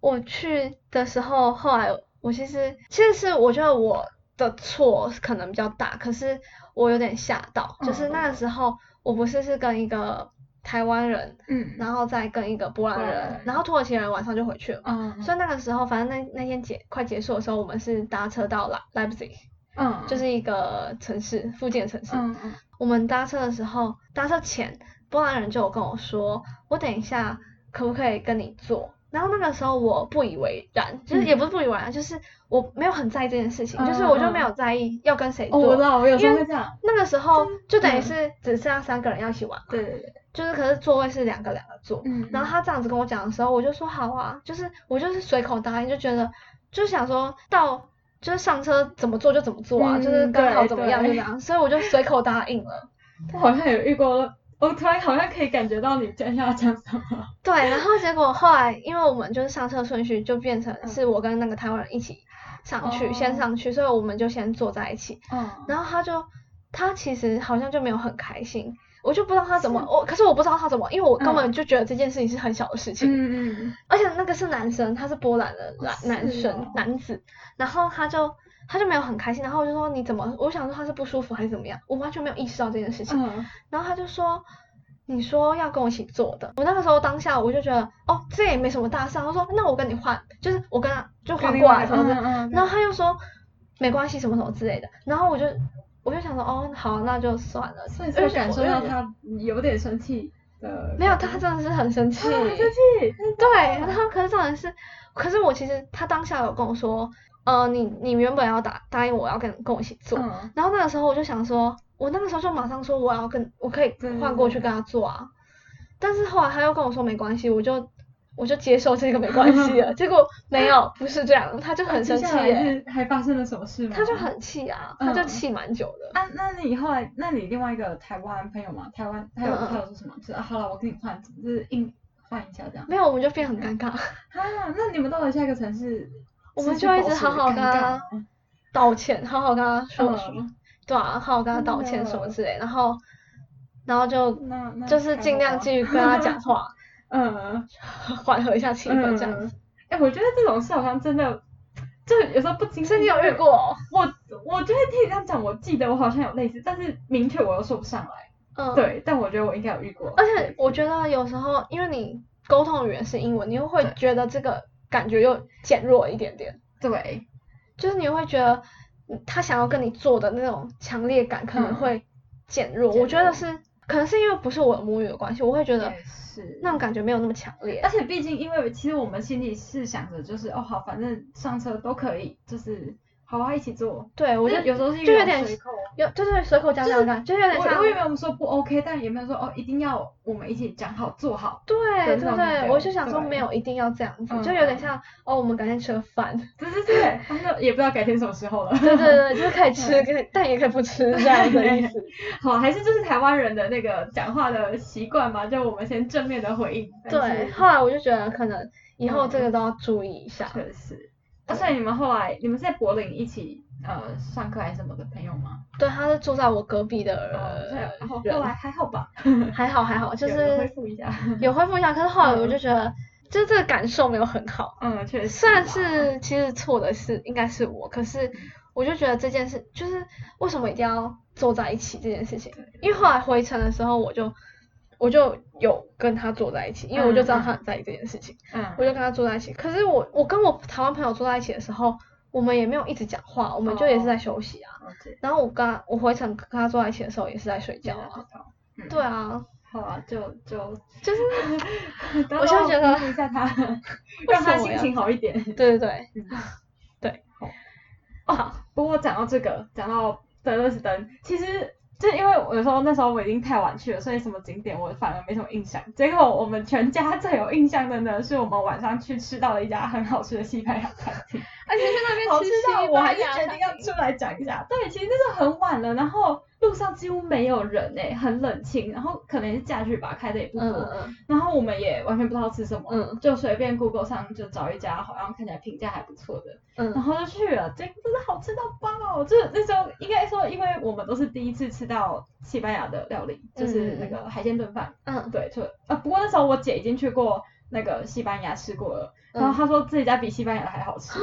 [SPEAKER 1] 我去的时候，后来我其实其实是我觉得我的错可能比较大，可是我有点吓到，就是
[SPEAKER 2] 嗯
[SPEAKER 1] 那时候我不是是跟一个台湾人，
[SPEAKER 2] 嗯
[SPEAKER 1] 然后再跟一个波兰
[SPEAKER 2] 波兰
[SPEAKER 1] 人
[SPEAKER 2] 人，
[SPEAKER 1] 然后土耳其人晚上就回去了。
[SPEAKER 2] 嗯
[SPEAKER 1] 所以那个时候，反正那那天结快结束的时候，我们是搭车到莱莱布锡，
[SPEAKER 2] 嗯，
[SPEAKER 1] 就是一个城市附近的城市。
[SPEAKER 2] 嗯嗯
[SPEAKER 1] 我们搭车的时候，搭车前波兰人就有跟我说，我等一下可不可以跟你坐？然后那个时候我不以为然，就是
[SPEAKER 2] 嗯
[SPEAKER 1] 也不是不以为然，就是我没有很在意这件事情，
[SPEAKER 2] 嗯
[SPEAKER 1] 就是我就
[SPEAKER 2] 嗯
[SPEAKER 1] 没有在意要跟谁
[SPEAKER 2] 哦，我知
[SPEAKER 1] 坐。
[SPEAKER 2] 道，我有
[SPEAKER 1] 嗯
[SPEAKER 2] 时
[SPEAKER 1] 因
[SPEAKER 2] 候
[SPEAKER 1] 为
[SPEAKER 2] 会这样。
[SPEAKER 1] 那个时候就等于
[SPEAKER 2] 嗯
[SPEAKER 1] 是只剩下三个人要一起玩嘛，
[SPEAKER 2] 对对对，
[SPEAKER 1] 就是可是座位是两个两个坐，
[SPEAKER 2] 嗯
[SPEAKER 1] 然后他这样子跟我讲的时候，我就说好啊，就是我就是随口答应，就觉得就想说到就是上车怎么做就怎么做啊，
[SPEAKER 2] 嗯
[SPEAKER 1] 就是刚好怎么样就
[SPEAKER 2] 对
[SPEAKER 1] 怎样，所以我就随口答应了。
[SPEAKER 2] 我好像有遇过，我突然好像可以感觉到你接下来讲什么。
[SPEAKER 1] 对，然后结果后来因为我们就是上车顺序就变成是我跟那个台湾人一起上去，
[SPEAKER 2] 嗯哦
[SPEAKER 1] 先上去，所以我们就先坐在一起，
[SPEAKER 2] 嗯，
[SPEAKER 1] 然后他就他其实好像就没有很开心。我就不知道他怎么，我可是我不知道他怎么，因为我根本
[SPEAKER 2] 嗯
[SPEAKER 1] 就觉得这件事情是很小的事情，
[SPEAKER 2] 嗯嗯
[SPEAKER 1] 而且那个是男生，他是波兰的男
[SPEAKER 2] 哦是
[SPEAKER 1] 男生、
[SPEAKER 2] 哦
[SPEAKER 1] 男子，然后他就他就没有很开心。然后我就说你怎么？我想说他是不舒服还是怎么样，我完全没有意识到这件事情。
[SPEAKER 2] 嗯，
[SPEAKER 1] 然后他就说。你说要跟我一起做的，我那个时候当下我就觉得，哦，这也没什么大事啊。他说，那我跟你换，就是我跟他就
[SPEAKER 2] 跟
[SPEAKER 1] 换
[SPEAKER 2] 另
[SPEAKER 1] 过
[SPEAKER 2] 外
[SPEAKER 1] 来
[SPEAKER 2] 一
[SPEAKER 1] 什
[SPEAKER 2] 个
[SPEAKER 1] 么的。
[SPEAKER 2] 嗯嗯嗯
[SPEAKER 1] 然后他又说没关系什么什么之类的。然后我就我就想说，哦，好，那就算了。
[SPEAKER 2] 所以
[SPEAKER 1] 因
[SPEAKER 2] 才
[SPEAKER 1] 为
[SPEAKER 2] 感
[SPEAKER 1] 我
[SPEAKER 2] 受
[SPEAKER 1] 因为
[SPEAKER 2] 到他有点生气的，
[SPEAKER 1] 没有，他真的是很生 气，
[SPEAKER 2] 很生气，
[SPEAKER 1] 对，然后可是重点是，可是我其实他当下有跟我说，呃，你你原本要答答应我要跟跟我一起做，
[SPEAKER 2] 嗯，
[SPEAKER 1] 然后那个时候我就想说，我那个时候就马上说我要跟我可以
[SPEAKER 2] 对对
[SPEAKER 1] 换过
[SPEAKER 2] 对
[SPEAKER 1] 去跟他做啊，但是后来他又跟我说没关系，我就我就接受这个没关系 了，结果没有不是这样，他就很生
[SPEAKER 2] 接
[SPEAKER 1] 气
[SPEAKER 2] 下来
[SPEAKER 1] 耶、
[SPEAKER 2] 是还发生了什么事吗？
[SPEAKER 1] 他就很气啊，他就
[SPEAKER 2] 嗯
[SPEAKER 1] 气蛮久的，
[SPEAKER 2] 啊，那你后来，那你另外一个台湾朋友嘛，台湾他有
[SPEAKER 1] 嗯嗯
[SPEAKER 2] 他有说什么？就是啊，好了，我跟你换，就是硬换一下这样。
[SPEAKER 1] 没有我们就变很尴尬，
[SPEAKER 2] 啊，那你们到了下一个城市，
[SPEAKER 1] 我们
[SPEAKER 2] 是去
[SPEAKER 1] 就一
[SPEAKER 2] 保
[SPEAKER 1] 直
[SPEAKER 2] 持
[SPEAKER 1] 好好
[SPEAKER 2] 尴
[SPEAKER 1] 跟
[SPEAKER 2] 尬
[SPEAKER 1] 他
[SPEAKER 2] 吗
[SPEAKER 1] 道歉，好好跟他说
[SPEAKER 2] 嗯
[SPEAKER 1] 说，对啊，好好跟他
[SPEAKER 2] 真
[SPEAKER 1] 道歉什么
[SPEAKER 2] 的哦
[SPEAKER 1] 之类，然后然后就
[SPEAKER 2] 那那
[SPEAKER 1] 就是
[SPEAKER 2] 还
[SPEAKER 1] 尽
[SPEAKER 2] 好
[SPEAKER 1] 量
[SPEAKER 2] 吧
[SPEAKER 1] 继续跟他讲话，
[SPEAKER 2] 嗯，
[SPEAKER 1] 缓和一下气氛这样子。
[SPEAKER 2] 嗯。哎、我觉得这种事好像真的，就是有时候不经意。
[SPEAKER 1] 所以你有遇？过？哦
[SPEAKER 2] 我我觉得听你这样讲，我记得我好像有类似，但是明确我又说不上来。
[SPEAKER 1] 嗯，。
[SPEAKER 2] 对，但我觉得我应该有遇过类
[SPEAKER 1] 而
[SPEAKER 2] 似。
[SPEAKER 1] 且我觉得有时候，因为你沟通的语言是英文，你又会
[SPEAKER 2] 对
[SPEAKER 1] 觉得这个感觉又减弱一点点，
[SPEAKER 2] 对，
[SPEAKER 1] 就是你会觉得嗯他想要跟你做的那种强烈感可能
[SPEAKER 2] 嗯
[SPEAKER 1] 会减弱。
[SPEAKER 2] 减
[SPEAKER 1] 我觉得
[SPEAKER 2] 弱
[SPEAKER 1] 是，可能是因为不是我的母语的关系，我会觉得
[SPEAKER 2] 也是
[SPEAKER 1] 那种感觉没有那么强烈
[SPEAKER 2] 而。且毕竟，因为其实我们心里是想着，就是哦好，反正上车都可以，就是好啊，一起做。
[SPEAKER 1] 对，我
[SPEAKER 2] 我
[SPEAKER 1] 就
[SPEAKER 2] 有时候是
[SPEAKER 1] 就有
[SPEAKER 2] 一种
[SPEAKER 1] 点
[SPEAKER 2] 随口。啊
[SPEAKER 1] 有就是随口讲讲看，就有点
[SPEAKER 2] 我
[SPEAKER 1] 像
[SPEAKER 2] 我也没有说不 OK，但也没有说哦一定要我们一起讲好做好，
[SPEAKER 1] 对
[SPEAKER 2] 那
[SPEAKER 1] 对
[SPEAKER 2] 种感
[SPEAKER 1] 对，
[SPEAKER 2] 觉
[SPEAKER 1] 我就想说
[SPEAKER 2] 对
[SPEAKER 1] 没有一定要这样子，
[SPEAKER 2] 嗯
[SPEAKER 1] 就有点像哦，我们改天吃个 饭，
[SPEAKER 2] 对对对，啊那也不知道改天什么时候了。
[SPEAKER 1] 对对对，就是可以吃，可以但也可以不吃这样的意 思。
[SPEAKER 2] 好，还是就是台湾人的那个讲话的习惯吧，就我们先正面的回应。但
[SPEAKER 1] 对，
[SPEAKER 2] 是
[SPEAKER 1] 后来我就觉得可能以后这个
[SPEAKER 2] 嗯
[SPEAKER 1] 都要注意一下。
[SPEAKER 2] 确实。啊，所以你们后来你们是在柏林一起呃上课还是什么的朋友吗？
[SPEAKER 1] 对，他是住在我隔壁
[SPEAKER 2] 哦，所以
[SPEAKER 1] 的
[SPEAKER 2] 然后后
[SPEAKER 1] 人，
[SPEAKER 2] 来还好吧，
[SPEAKER 1] 还好还呃啊好，就
[SPEAKER 2] 有有恢
[SPEAKER 1] 是
[SPEAKER 2] 复一 下。
[SPEAKER 1] 有恢复一下，可是后来我
[SPEAKER 2] 嗯
[SPEAKER 1] 就觉得，就这个感受没有很好。
[SPEAKER 2] 嗯，确实。
[SPEAKER 1] 虽然，是其实错的是应该是我，可是我就觉得这件事就是为什么一定要坐在一起这件事情，因为后来回程的时候我就我就有跟他坐在一起，因为我就知道他很在意这件事情，
[SPEAKER 2] 嗯，
[SPEAKER 1] 我就跟他坐在一起。可是我我跟我台湾朋友坐在一起的时候，我们也没有一直讲话，我们就也是在休息啊。
[SPEAKER 2] 了解。
[SPEAKER 1] 然后我跟他我回程跟他坐在一起的时候也是在睡觉
[SPEAKER 2] 了
[SPEAKER 1] 啊。
[SPEAKER 2] 解到嗯
[SPEAKER 1] 对啊，
[SPEAKER 2] 好啊，就就，
[SPEAKER 1] 就是
[SPEAKER 2] 等
[SPEAKER 1] 我就
[SPEAKER 2] 到
[SPEAKER 1] 觉得
[SPEAKER 2] 平复一下他，让他
[SPEAKER 1] 什么
[SPEAKER 2] 心
[SPEAKER 1] 呀
[SPEAKER 2] 情好一点。
[SPEAKER 1] 对对对
[SPEAKER 2] 嗯
[SPEAKER 1] 对，
[SPEAKER 2] 哦，不过讲到这个，讲到德勒斯登，其实就因为我有时候那时候我已经太晚去了，所以什么景点我反而没什么印象。结果我们全家最有印象的呢，是我们晚上去吃到了一家很好吃的西班牙餐厅。
[SPEAKER 1] 而且去那边
[SPEAKER 2] 好
[SPEAKER 1] 吃
[SPEAKER 2] 吃
[SPEAKER 1] 西
[SPEAKER 2] 到我
[SPEAKER 1] 班
[SPEAKER 2] 还是
[SPEAKER 1] 牙
[SPEAKER 2] 决
[SPEAKER 1] 餐
[SPEAKER 2] 定要
[SPEAKER 1] 厅
[SPEAKER 2] 出来讲一下。对，其实那时候很晚了，然后路上几乎没有人哎、很冷清，然后可能是假日吧，开的也不多，
[SPEAKER 1] 嗯嗯
[SPEAKER 2] 然后我们也完全不知道吃什么，
[SPEAKER 1] 嗯
[SPEAKER 2] 就随便 Google 上就找一家好像看起来评价还不错的，
[SPEAKER 1] 嗯
[SPEAKER 2] 然
[SPEAKER 1] 嗯
[SPEAKER 2] 后就去了，结果真的好吃到爆！哦就是那时候应该说，因为我们都是第一次吃到西班牙的料理，就是那个海鲜炖饭，
[SPEAKER 1] 嗯，
[SPEAKER 2] 对，就呃，不过那时候我姐已经去过那个西班牙吃过了，
[SPEAKER 1] 嗯啊
[SPEAKER 2] 然后她说自己家比西班牙的还好吃，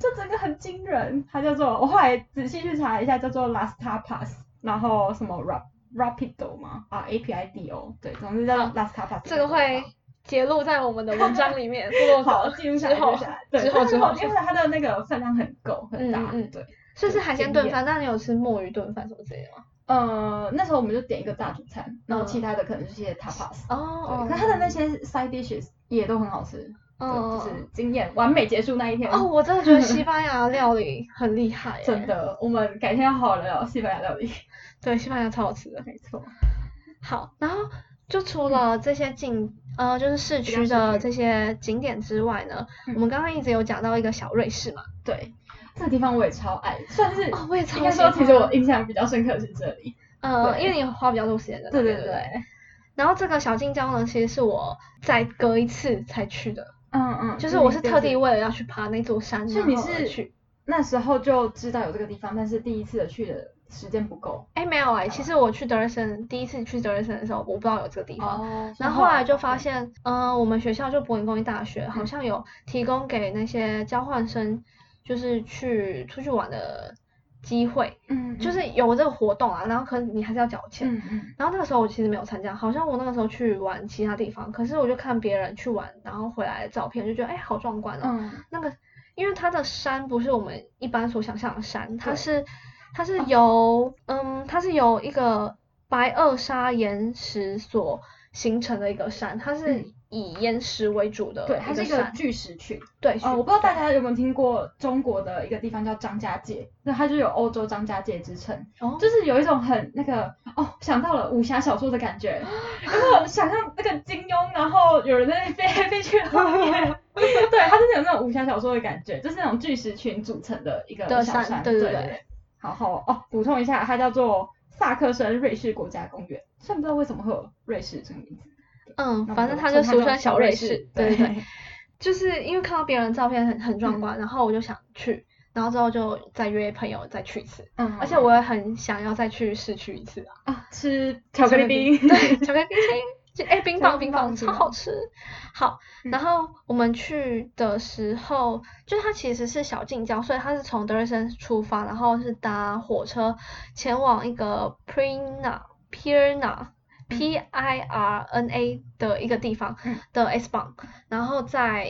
[SPEAKER 2] 就整个很惊人。它叫做我后来仔细去查了一下，叫做 Las Tapas，然后什么 Rap Rapido 嘛，啊 A P I D O，对，总之叫
[SPEAKER 1] 好
[SPEAKER 2] Las Tapas。
[SPEAKER 1] 这个会揭露在我们的文章里面，部落
[SPEAKER 2] 好
[SPEAKER 1] 格
[SPEAKER 2] 记录下
[SPEAKER 1] 之
[SPEAKER 2] 来，
[SPEAKER 1] 后
[SPEAKER 2] 记录下来对，
[SPEAKER 1] 之后
[SPEAKER 2] 它
[SPEAKER 1] 之后
[SPEAKER 2] 很因为它的那个分量很够很大，
[SPEAKER 1] 嗯嗯
[SPEAKER 2] 对。
[SPEAKER 1] 所以是海鲜炖
[SPEAKER 2] 经
[SPEAKER 1] 饭，那你有吃墨鱼炖饭什么之类的吗？
[SPEAKER 2] 呃，那时候我们就点一个大主餐，然后
[SPEAKER 1] 嗯
[SPEAKER 2] 其他的可能就是一些 tapas，、
[SPEAKER 1] 哦
[SPEAKER 2] 对，，可是它的那些 side dishes 也都很好吃，
[SPEAKER 1] 哦
[SPEAKER 2] 对，就是惊艳，完美结束那一天。
[SPEAKER 1] 哦，我真的觉得西班牙料理很厉害耶，
[SPEAKER 2] 真的，我们改天要好好聊聊西班牙料理。
[SPEAKER 1] 对，西班牙超好吃的。
[SPEAKER 2] 没错，
[SPEAKER 1] 好，然后就除
[SPEAKER 2] 嗯
[SPEAKER 1] 了这些景，呃，就是市区的这些景点之外呢，
[SPEAKER 2] 嗯
[SPEAKER 1] 我们刚刚一直有讲到一个小瑞士嘛，
[SPEAKER 2] 对，这个地方我也超爱，算是、
[SPEAKER 1] 哦，我也
[SPEAKER 2] 应
[SPEAKER 1] 超
[SPEAKER 2] 该
[SPEAKER 1] 喜
[SPEAKER 2] 说，
[SPEAKER 1] 欢。
[SPEAKER 2] 其实我印象比较深刻的是这里。
[SPEAKER 1] 呃，
[SPEAKER 2] 对
[SPEAKER 1] 因为你花比较多时间在那
[SPEAKER 2] 对
[SPEAKER 1] 边，
[SPEAKER 2] 对
[SPEAKER 1] 对
[SPEAKER 2] 对
[SPEAKER 1] 不对。然后这个小近郊呢，其实是我在隔一次才去的，
[SPEAKER 2] 嗯嗯，
[SPEAKER 1] 就是我是特地
[SPEAKER 2] 对
[SPEAKER 1] 为了要去爬那座山，
[SPEAKER 2] 所以
[SPEAKER 1] 然
[SPEAKER 2] 你
[SPEAKER 1] 后而
[SPEAKER 2] 是
[SPEAKER 1] 去。
[SPEAKER 2] 那时候就知道有这个地方，但是第一次的去的时间不够。
[SPEAKER 1] 哎，没有哎、其实我去德累森第一次去德累森的时候，我不知道有这个地方。
[SPEAKER 2] 哦
[SPEAKER 1] 然后后来就发，现，嗯、我们学校就柏林工业大学好像有提供给那些交换生，就是去出去玩的机会，
[SPEAKER 2] 嗯
[SPEAKER 1] 就是有这个活动啊，然后可能你还是要缴钱。
[SPEAKER 2] 嗯嗯
[SPEAKER 1] 然后那个时候我其实没有参加，好像我那个时候去玩其他地方，可是我就看别人去玩，然后回来的照片，就觉得哎好壮观哦。
[SPEAKER 2] 嗯，
[SPEAKER 1] 那个，因为它的山不是我们一般所想象的山，它
[SPEAKER 2] 对啊
[SPEAKER 1] 是它是由、嗯，它是由一个白垩砂岩石所形成的一个山，它是
[SPEAKER 2] 嗯
[SPEAKER 1] 以岩石为主的
[SPEAKER 2] 对，它是一个
[SPEAKER 1] 山。
[SPEAKER 2] 巨石群。
[SPEAKER 1] 对，
[SPEAKER 2] 哦，
[SPEAKER 1] 是
[SPEAKER 2] 我不知道大家有没有听过中国的一个地方叫张家界，那它就有欧洲张家界之称，
[SPEAKER 1] 哦
[SPEAKER 2] 就是有一种很那个哦，想到了武侠小说的感觉，
[SPEAKER 1] 哦
[SPEAKER 2] 有没有想象那个金庸，然后有人在那里飞来飞去的画 面？对，它真的有那种武侠小说的感觉，就是那种巨石群组成的一个
[SPEAKER 1] 的
[SPEAKER 2] 小
[SPEAKER 1] 山
[SPEAKER 2] 山，
[SPEAKER 1] 对
[SPEAKER 2] 对
[SPEAKER 1] 对对
[SPEAKER 2] 然后哦，补充一下，它叫做萨克森瑞士国家公园，虽然不知道为什么会有瑞士这个名字，
[SPEAKER 1] 嗯，
[SPEAKER 2] 那我
[SPEAKER 1] 反
[SPEAKER 2] 们
[SPEAKER 1] 正
[SPEAKER 2] 就
[SPEAKER 1] 它就
[SPEAKER 2] 称它
[SPEAKER 1] 俗
[SPEAKER 2] 叫
[SPEAKER 1] 称
[SPEAKER 2] 小
[SPEAKER 1] 小
[SPEAKER 2] 瑞
[SPEAKER 1] 瑞
[SPEAKER 2] 士
[SPEAKER 1] 士，
[SPEAKER 2] 对
[SPEAKER 1] 对
[SPEAKER 2] 嗯
[SPEAKER 1] 对，就是因为看到别人的照片很很壮观，然后我就想去，然后之后就再约朋友再去一次，
[SPEAKER 2] 嗯
[SPEAKER 1] 而且我也很想要再去市区一次啊。
[SPEAKER 2] 啊吃巧克力冰，
[SPEAKER 1] 对，巧克力冰淇淋就，哎，冰
[SPEAKER 2] 巧克
[SPEAKER 1] 棒
[SPEAKER 2] 力
[SPEAKER 1] 冰
[SPEAKER 2] 棒嗯
[SPEAKER 1] 棒
[SPEAKER 2] 冰
[SPEAKER 1] 超
[SPEAKER 2] 棒
[SPEAKER 1] 好吃。好，然后我们去的时候，就它其实是小近郊，所以它是从德瑞森出发，然后是搭火车前往一个 Pirna
[SPEAKER 2] 嗯
[SPEAKER 1] Pirna。P I R N A 的一个地方
[SPEAKER 2] 嗯
[SPEAKER 1] 的 S 榜，然后在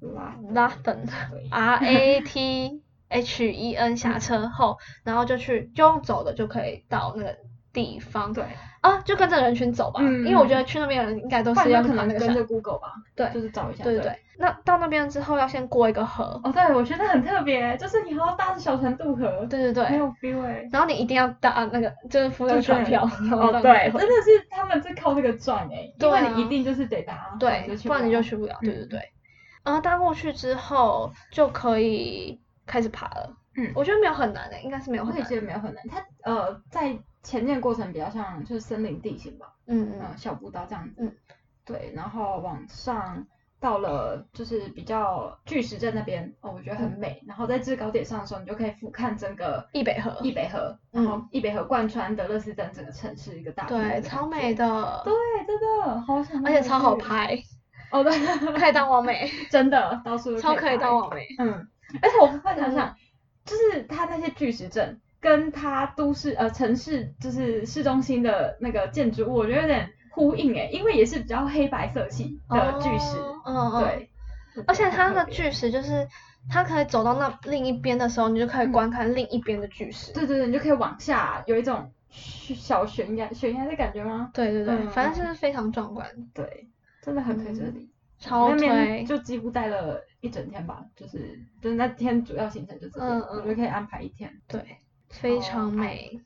[SPEAKER 2] 拉啊
[SPEAKER 1] Rathen
[SPEAKER 2] 对
[SPEAKER 1] R A T H E N 下车后，
[SPEAKER 2] 嗯
[SPEAKER 1] 然后就去就用走的就可以到那个地方。
[SPEAKER 2] 对，
[SPEAKER 1] 啊，就跟着人群走吧，
[SPEAKER 2] 嗯
[SPEAKER 1] 因为我觉得去那边的人应该都
[SPEAKER 2] 不然
[SPEAKER 1] 是要
[SPEAKER 2] 有
[SPEAKER 1] 去
[SPEAKER 2] 可
[SPEAKER 1] 爬那
[SPEAKER 2] 能
[SPEAKER 1] 个
[SPEAKER 2] 跟
[SPEAKER 1] 山
[SPEAKER 2] 着。Google 吧，
[SPEAKER 1] 对
[SPEAKER 2] 就是找一下。
[SPEAKER 1] 对对对，那到那边之后要先过一个河，
[SPEAKER 2] 哦，对，我觉得很特别，就是你还要搭着小船渡河，
[SPEAKER 1] 对对
[SPEAKER 2] 很
[SPEAKER 1] 对，
[SPEAKER 2] 有 feel 哎。
[SPEAKER 1] 然后你一定要搭那个就是付那个船票， 然后
[SPEAKER 2] 哦，
[SPEAKER 1] 到那
[SPEAKER 2] 对，
[SPEAKER 1] 个河
[SPEAKER 2] 真的是他们是靠这个赚哎，因
[SPEAKER 1] 对啊
[SPEAKER 2] 为你一定就是得搭，
[SPEAKER 1] 对，
[SPEAKER 2] 去
[SPEAKER 1] 不然你就
[SPEAKER 2] 了
[SPEAKER 1] 去不了。对对
[SPEAKER 2] 嗯
[SPEAKER 1] 对，然后搭过去之后就可以开始爬了。
[SPEAKER 2] 嗯
[SPEAKER 1] 我觉得没有很难欸的，应该是没有
[SPEAKER 2] 我
[SPEAKER 1] 很
[SPEAKER 2] 也
[SPEAKER 1] 难。
[SPEAKER 2] 觉得没有很难，它呃在前面过程比较像就是森林地形吧，
[SPEAKER 1] 嗯嗯
[SPEAKER 2] 嗯，小步道这样子，
[SPEAKER 1] 嗯
[SPEAKER 2] 对，然后往上到了就是比较巨石阵那边，哦，我觉得很
[SPEAKER 1] 嗯
[SPEAKER 2] 美，然后在制高点上的时候，你就可以俯瞰整个
[SPEAKER 1] 易北河
[SPEAKER 2] 易北河，然后易北河贯穿德勒斯登整个城市一个大，
[SPEAKER 1] 嗯对，超美，的，
[SPEAKER 2] 对，真的好想，
[SPEAKER 1] 而且超好，拍，
[SPEAKER 2] 哦对，
[SPEAKER 1] 可以当完美，
[SPEAKER 2] 真的到处都
[SPEAKER 1] 超可
[SPEAKER 2] 可
[SPEAKER 1] 以当
[SPEAKER 2] 到，
[SPEAKER 1] 完美。
[SPEAKER 2] 嗯，而且我会想想，
[SPEAKER 1] 嗯
[SPEAKER 2] 就是它那些巨石阵。跟它都市呃城市就是市中心的那个建筑物，我觉得有点呼应诶，因为也是比较黑白色系的巨石，
[SPEAKER 1] 哦嗯嗯，
[SPEAKER 2] 对，
[SPEAKER 1] 而且它的，
[SPEAKER 2] 它
[SPEAKER 1] 巨石就是，它可以走到那另一边的时候，你就可以
[SPEAKER 2] 嗯
[SPEAKER 1] 观看另一边的巨石。
[SPEAKER 2] 对对对，你就可以往下，有一种小悬崖悬崖的感觉吗？
[SPEAKER 1] 对对对
[SPEAKER 2] 嗯
[SPEAKER 1] 反正就是非常壮观，
[SPEAKER 2] 对，真的很推这里，
[SPEAKER 1] 嗯超
[SPEAKER 2] 那边
[SPEAKER 1] 推。
[SPEAKER 2] 就几乎待了一整天吧，就是就是那天主要行程就这边，
[SPEAKER 1] 嗯
[SPEAKER 2] 我
[SPEAKER 1] 嗯
[SPEAKER 2] 觉得可以安排一天，
[SPEAKER 1] 对，非常
[SPEAKER 2] 超爱
[SPEAKER 1] 美，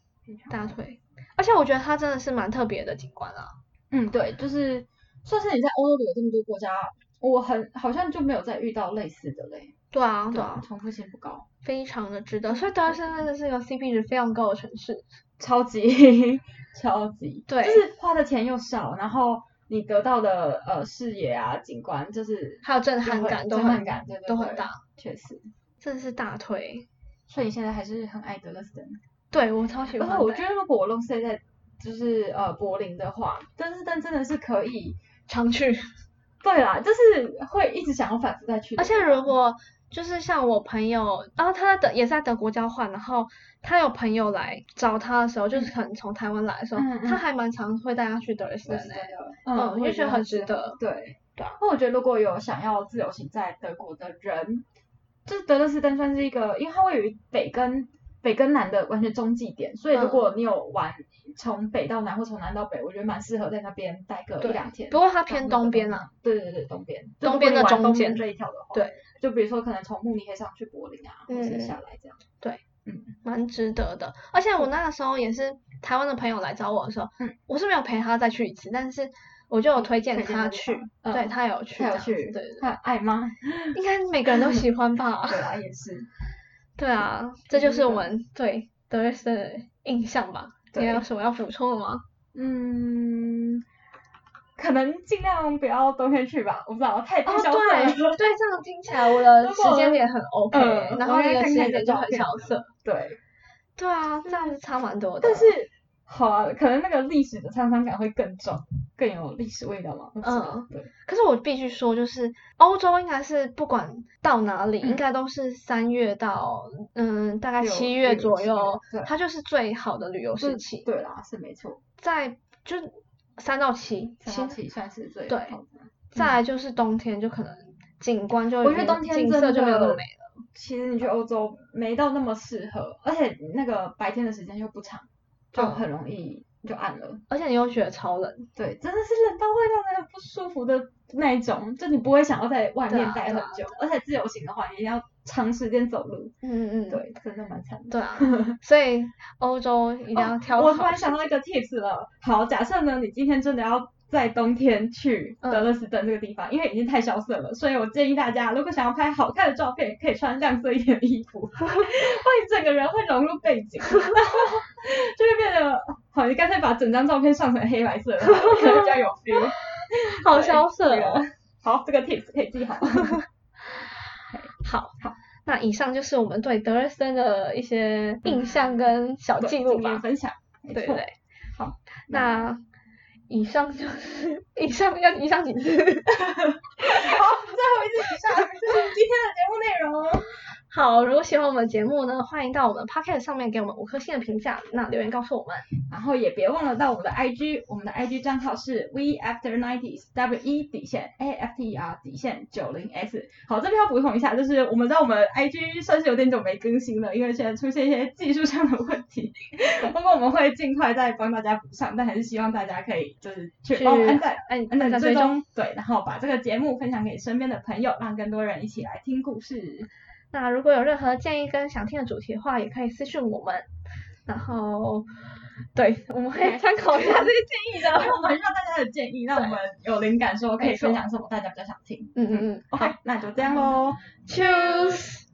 [SPEAKER 1] 大腿。而且我觉得它真的是蛮特别的景观啊。
[SPEAKER 2] 嗯，对，就是算是你在欧洲旅游这么多国家，我很好像就没有再遇到类似的嘞，
[SPEAKER 1] 对啊，对
[SPEAKER 2] 对啊
[SPEAKER 1] 啊，，
[SPEAKER 2] 重复性不高，
[SPEAKER 1] 非常的值得。所以德黑森真的是一个 CP 值非常高的城市。
[SPEAKER 2] 超级 超级，
[SPEAKER 1] 对
[SPEAKER 2] 就是花的钱又少，然后你得到的呃视野啊景观就是
[SPEAKER 1] 还有震
[SPEAKER 2] 就
[SPEAKER 1] 撼
[SPEAKER 2] 很
[SPEAKER 1] 感都
[SPEAKER 2] 震
[SPEAKER 1] 很
[SPEAKER 2] 撼感对对
[SPEAKER 1] 都很
[SPEAKER 2] 对
[SPEAKER 1] 大，
[SPEAKER 2] 确实，
[SPEAKER 1] 真的是大推。
[SPEAKER 2] 所以你现在还是很爱德勒斯登。
[SPEAKER 1] 对我超喜欢
[SPEAKER 2] 然
[SPEAKER 1] 的。
[SPEAKER 2] 后我觉得如果我 long stay 在就是呃柏林的话，但是但真的是可以，
[SPEAKER 1] 常去。
[SPEAKER 2] 对啦，就是会一直想要反复再去的
[SPEAKER 1] 而
[SPEAKER 2] 地方。
[SPEAKER 1] 且如果就是像我朋友，然后他的也是在德国交换，然后他有朋友来找他的时候，就是可能从台湾来的时候，
[SPEAKER 2] 嗯嗯
[SPEAKER 1] 他还蛮常会带他去德累斯
[SPEAKER 2] 对
[SPEAKER 1] 顿
[SPEAKER 2] 对
[SPEAKER 1] 的
[SPEAKER 2] 对
[SPEAKER 1] 欸。
[SPEAKER 2] 嗯，
[SPEAKER 1] 我
[SPEAKER 2] 也
[SPEAKER 1] 就觉得很值得。
[SPEAKER 2] 对，
[SPEAKER 1] 对啊
[SPEAKER 2] 那我觉得如果有想要自由行在德国的人，就是德勒斯登算是一个，因为它位于北跟北跟南的完全中继点，所以如
[SPEAKER 1] 嗯
[SPEAKER 2] 果你有玩从北到南或从南到北，我觉得蛮适合在那边待个一
[SPEAKER 1] 对
[SPEAKER 2] 两天。
[SPEAKER 1] 不过他偏
[SPEAKER 2] 嗯
[SPEAKER 1] 东边啦，
[SPEAKER 2] 啦，对对对，东边，就
[SPEAKER 1] 东
[SPEAKER 2] 如果
[SPEAKER 1] 边
[SPEAKER 2] 你
[SPEAKER 1] 的
[SPEAKER 2] 玩
[SPEAKER 1] 中
[SPEAKER 2] 东
[SPEAKER 1] 间
[SPEAKER 2] 边这一条的话，
[SPEAKER 1] 对，
[SPEAKER 2] 就比如说可能从慕尼黑上去柏林啊，或者
[SPEAKER 1] 嗯
[SPEAKER 2] 是
[SPEAKER 1] 嗯
[SPEAKER 2] 下来这样。
[SPEAKER 1] 蛮值得的。而且我那个时候也是台湾的朋友来找我的时候，
[SPEAKER 2] 嗯
[SPEAKER 1] 我是没有陪他再去一次，但是我就有推荐
[SPEAKER 2] 推荐
[SPEAKER 1] 他
[SPEAKER 2] 那地
[SPEAKER 1] 去
[SPEAKER 2] 方，
[SPEAKER 1] 对
[SPEAKER 2] 嗯
[SPEAKER 1] 他有去这
[SPEAKER 2] 他有
[SPEAKER 1] 样子，
[SPEAKER 2] 去
[SPEAKER 1] 对对，对
[SPEAKER 2] 他有爱吗？
[SPEAKER 1] 应该每个人都喜欢 吧？
[SPEAKER 2] 对啊，也是。
[SPEAKER 1] 对啊，这就是
[SPEAKER 2] 嗯
[SPEAKER 1] 我们对德累斯顿的印象吧。你
[SPEAKER 2] 对
[SPEAKER 1] 还有什么要补充的吗？
[SPEAKER 2] 嗯，可能尽量不要冬天去吧，我不知道， 太太
[SPEAKER 1] 哦，
[SPEAKER 2] 萧瑟了。
[SPEAKER 1] 对对，这样听起来我的
[SPEAKER 2] 如
[SPEAKER 1] 时
[SPEAKER 2] 果
[SPEAKER 1] 间点很 OK，、
[SPEAKER 2] 嗯
[SPEAKER 1] 然
[SPEAKER 2] 我
[SPEAKER 1] 后
[SPEAKER 2] 应
[SPEAKER 1] 你
[SPEAKER 2] 该
[SPEAKER 1] 的
[SPEAKER 2] 看
[SPEAKER 1] 时
[SPEAKER 2] 看
[SPEAKER 1] 间
[SPEAKER 2] 你的
[SPEAKER 1] 点就
[SPEAKER 2] 照
[SPEAKER 1] 很
[SPEAKER 2] 片
[SPEAKER 1] 萧瑟。
[SPEAKER 2] 对，
[SPEAKER 1] 对啊，这样子差蛮多的。
[SPEAKER 2] 但是好啊，可能那个历史的沧桑感会更重，更有历史味道嘛。不知道，对，
[SPEAKER 1] 可是我必须说，就是欧洲应该是不管到哪里，应
[SPEAKER 2] 嗯
[SPEAKER 1] 该都是三月到嗯大概
[SPEAKER 2] 六
[SPEAKER 1] 七
[SPEAKER 2] 六
[SPEAKER 1] 月左
[SPEAKER 2] 七
[SPEAKER 1] 右
[SPEAKER 2] 对，嗯
[SPEAKER 1] 它就是最好的旅游时期，
[SPEAKER 2] 对啦，是没错，
[SPEAKER 1] 在就三到七，
[SPEAKER 2] 三
[SPEAKER 1] 其
[SPEAKER 2] 期算是最
[SPEAKER 1] 对
[SPEAKER 2] 好的。
[SPEAKER 1] 再来就是冬天就可能景观就
[SPEAKER 2] 我
[SPEAKER 1] 有
[SPEAKER 2] 觉得
[SPEAKER 1] 点
[SPEAKER 2] 冬天
[SPEAKER 1] 景
[SPEAKER 2] 真
[SPEAKER 1] 色就没有那么
[SPEAKER 2] 的
[SPEAKER 1] 美了，
[SPEAKER 2] 其实你去欧洲没到那么适合，而且那个白天的时间又不长，就
[SPEAKER 1] 嗯
[SPEAKER 2] 很容易就暗了。
[SPEAKER 1] 而且你又觉得超冷，
[SPEAKER 2] 对，真的是冷到会让人很不舒服的那一种，就你不会想要在外
[SPEAKER 1] 对
[SPEAKER 2] 面
[SPEAKER 1] 啊
[SPEAKER 2] 待很
[SPEAKER 1] 对啊
[SPEAKER 2] 久，而且自由行的话，你一定要长时间走路。
[SPEAKER 1] 嗯嗯嗯，
[SPEAKER 2] 对，真的蛮惨的。
[SPEAKER 1] 对 啊，所以欧洲一定要挑好
[SPEAKER 2] 哦我
[SPEAKER 1] 时
[SPEAKER 2] 突
[SPEAKER 1] 间、
[SPEAKER 2] 然想到一个 tips 了，好，假设呢，你今天真的要在冬天去德勒斯登这个地方，因为已经太萧瑟了，所以我建议大家，如果想要拍好看的照片，可以穿亮色一点的衣服， 会整个人会融入背景， 然后就会变得，好，你干脆把整张照片上成黑白色的，可能比较有 feel。
[SPEAKER 1] 好
[SPEAKER 2] 对
[SPEAKER 1] 萧瑟
[SPEAKER 2] 这个
[SPEAKER 1] 哦。
[SPEAKER 2] 好，这个 tips 可以记好。
[SPEAKER 1] 好，
[SPEAKER 2] 好，
[SPEAKER 1] 那以上就是我们对德瑞森的一些印象跟小
[SPEAKER 2] 对
[SPEAKER 1] 记录
[SPEAKER 2] 经验
[SPEAKER 1] 吧，
[SPEAKER 2] 分享，嗯没
[SPEAKER 1] 对对
[SPEAKER 2] 错
[SPEAKER 1] 对。
[SPEAKER 2] 好，
[SPEAKER 1] 那以上就是以上要以上几次。
[SPEAKER 2] 好，最后一次以上就是今天的节目内容。
[SPEAKER 1] 好，如果喜欢我们的节目呢，欢迎到我们 Pocket 上面给我们五颗星的评价，那留言告诉我们。
[SPEAKER 2] 然后也别忘了到我们的 IG，我们的 IG 账号是 we after nineties w e 底线 a f t e r 底线九零 s。好，这边要补充一下，就是我们知道我们 IG 算是有点久没更新了，因为现在出现一些技术上的问题， 不过我们会尽快再帮大家补上，但还是希望大家可以就是去
[SPEAKER 1] 去
[SPEAKER 2] 帮我们按赞。
[SPEAKER 1] 哎，
[SPEAKER 2] 按
[SPEAKER 1] 大
[SPEAKER 2] 赞
[SPEAKER 1] 家
[SPEAKER 2] 追
[SPEAKER 1] 追踪。
[SPEAKER 2] 踪对，然后把这个节目分享给身边的朋友，让更多人一起来听故事。
[SPEAKER 1] 那如果有任何建议跟想听的主题的话，也可以私讯我们。然后，对，我们可以参考一 下这些建议
[SPEAKER 2] 因
[SPEAKER 1] 的。
[SPEAKER 2] 为我们需要大家的建议，让我们有灵感说可以
[SPEAKER 1] 没错
[SPEAKER 2] 分享什么大家比较想听。
[SPEAKER 1] 嗯嗯嗯，
[SPEAKER 2] OK，那就这样喽。
[SPEAKER 1] ，Choose。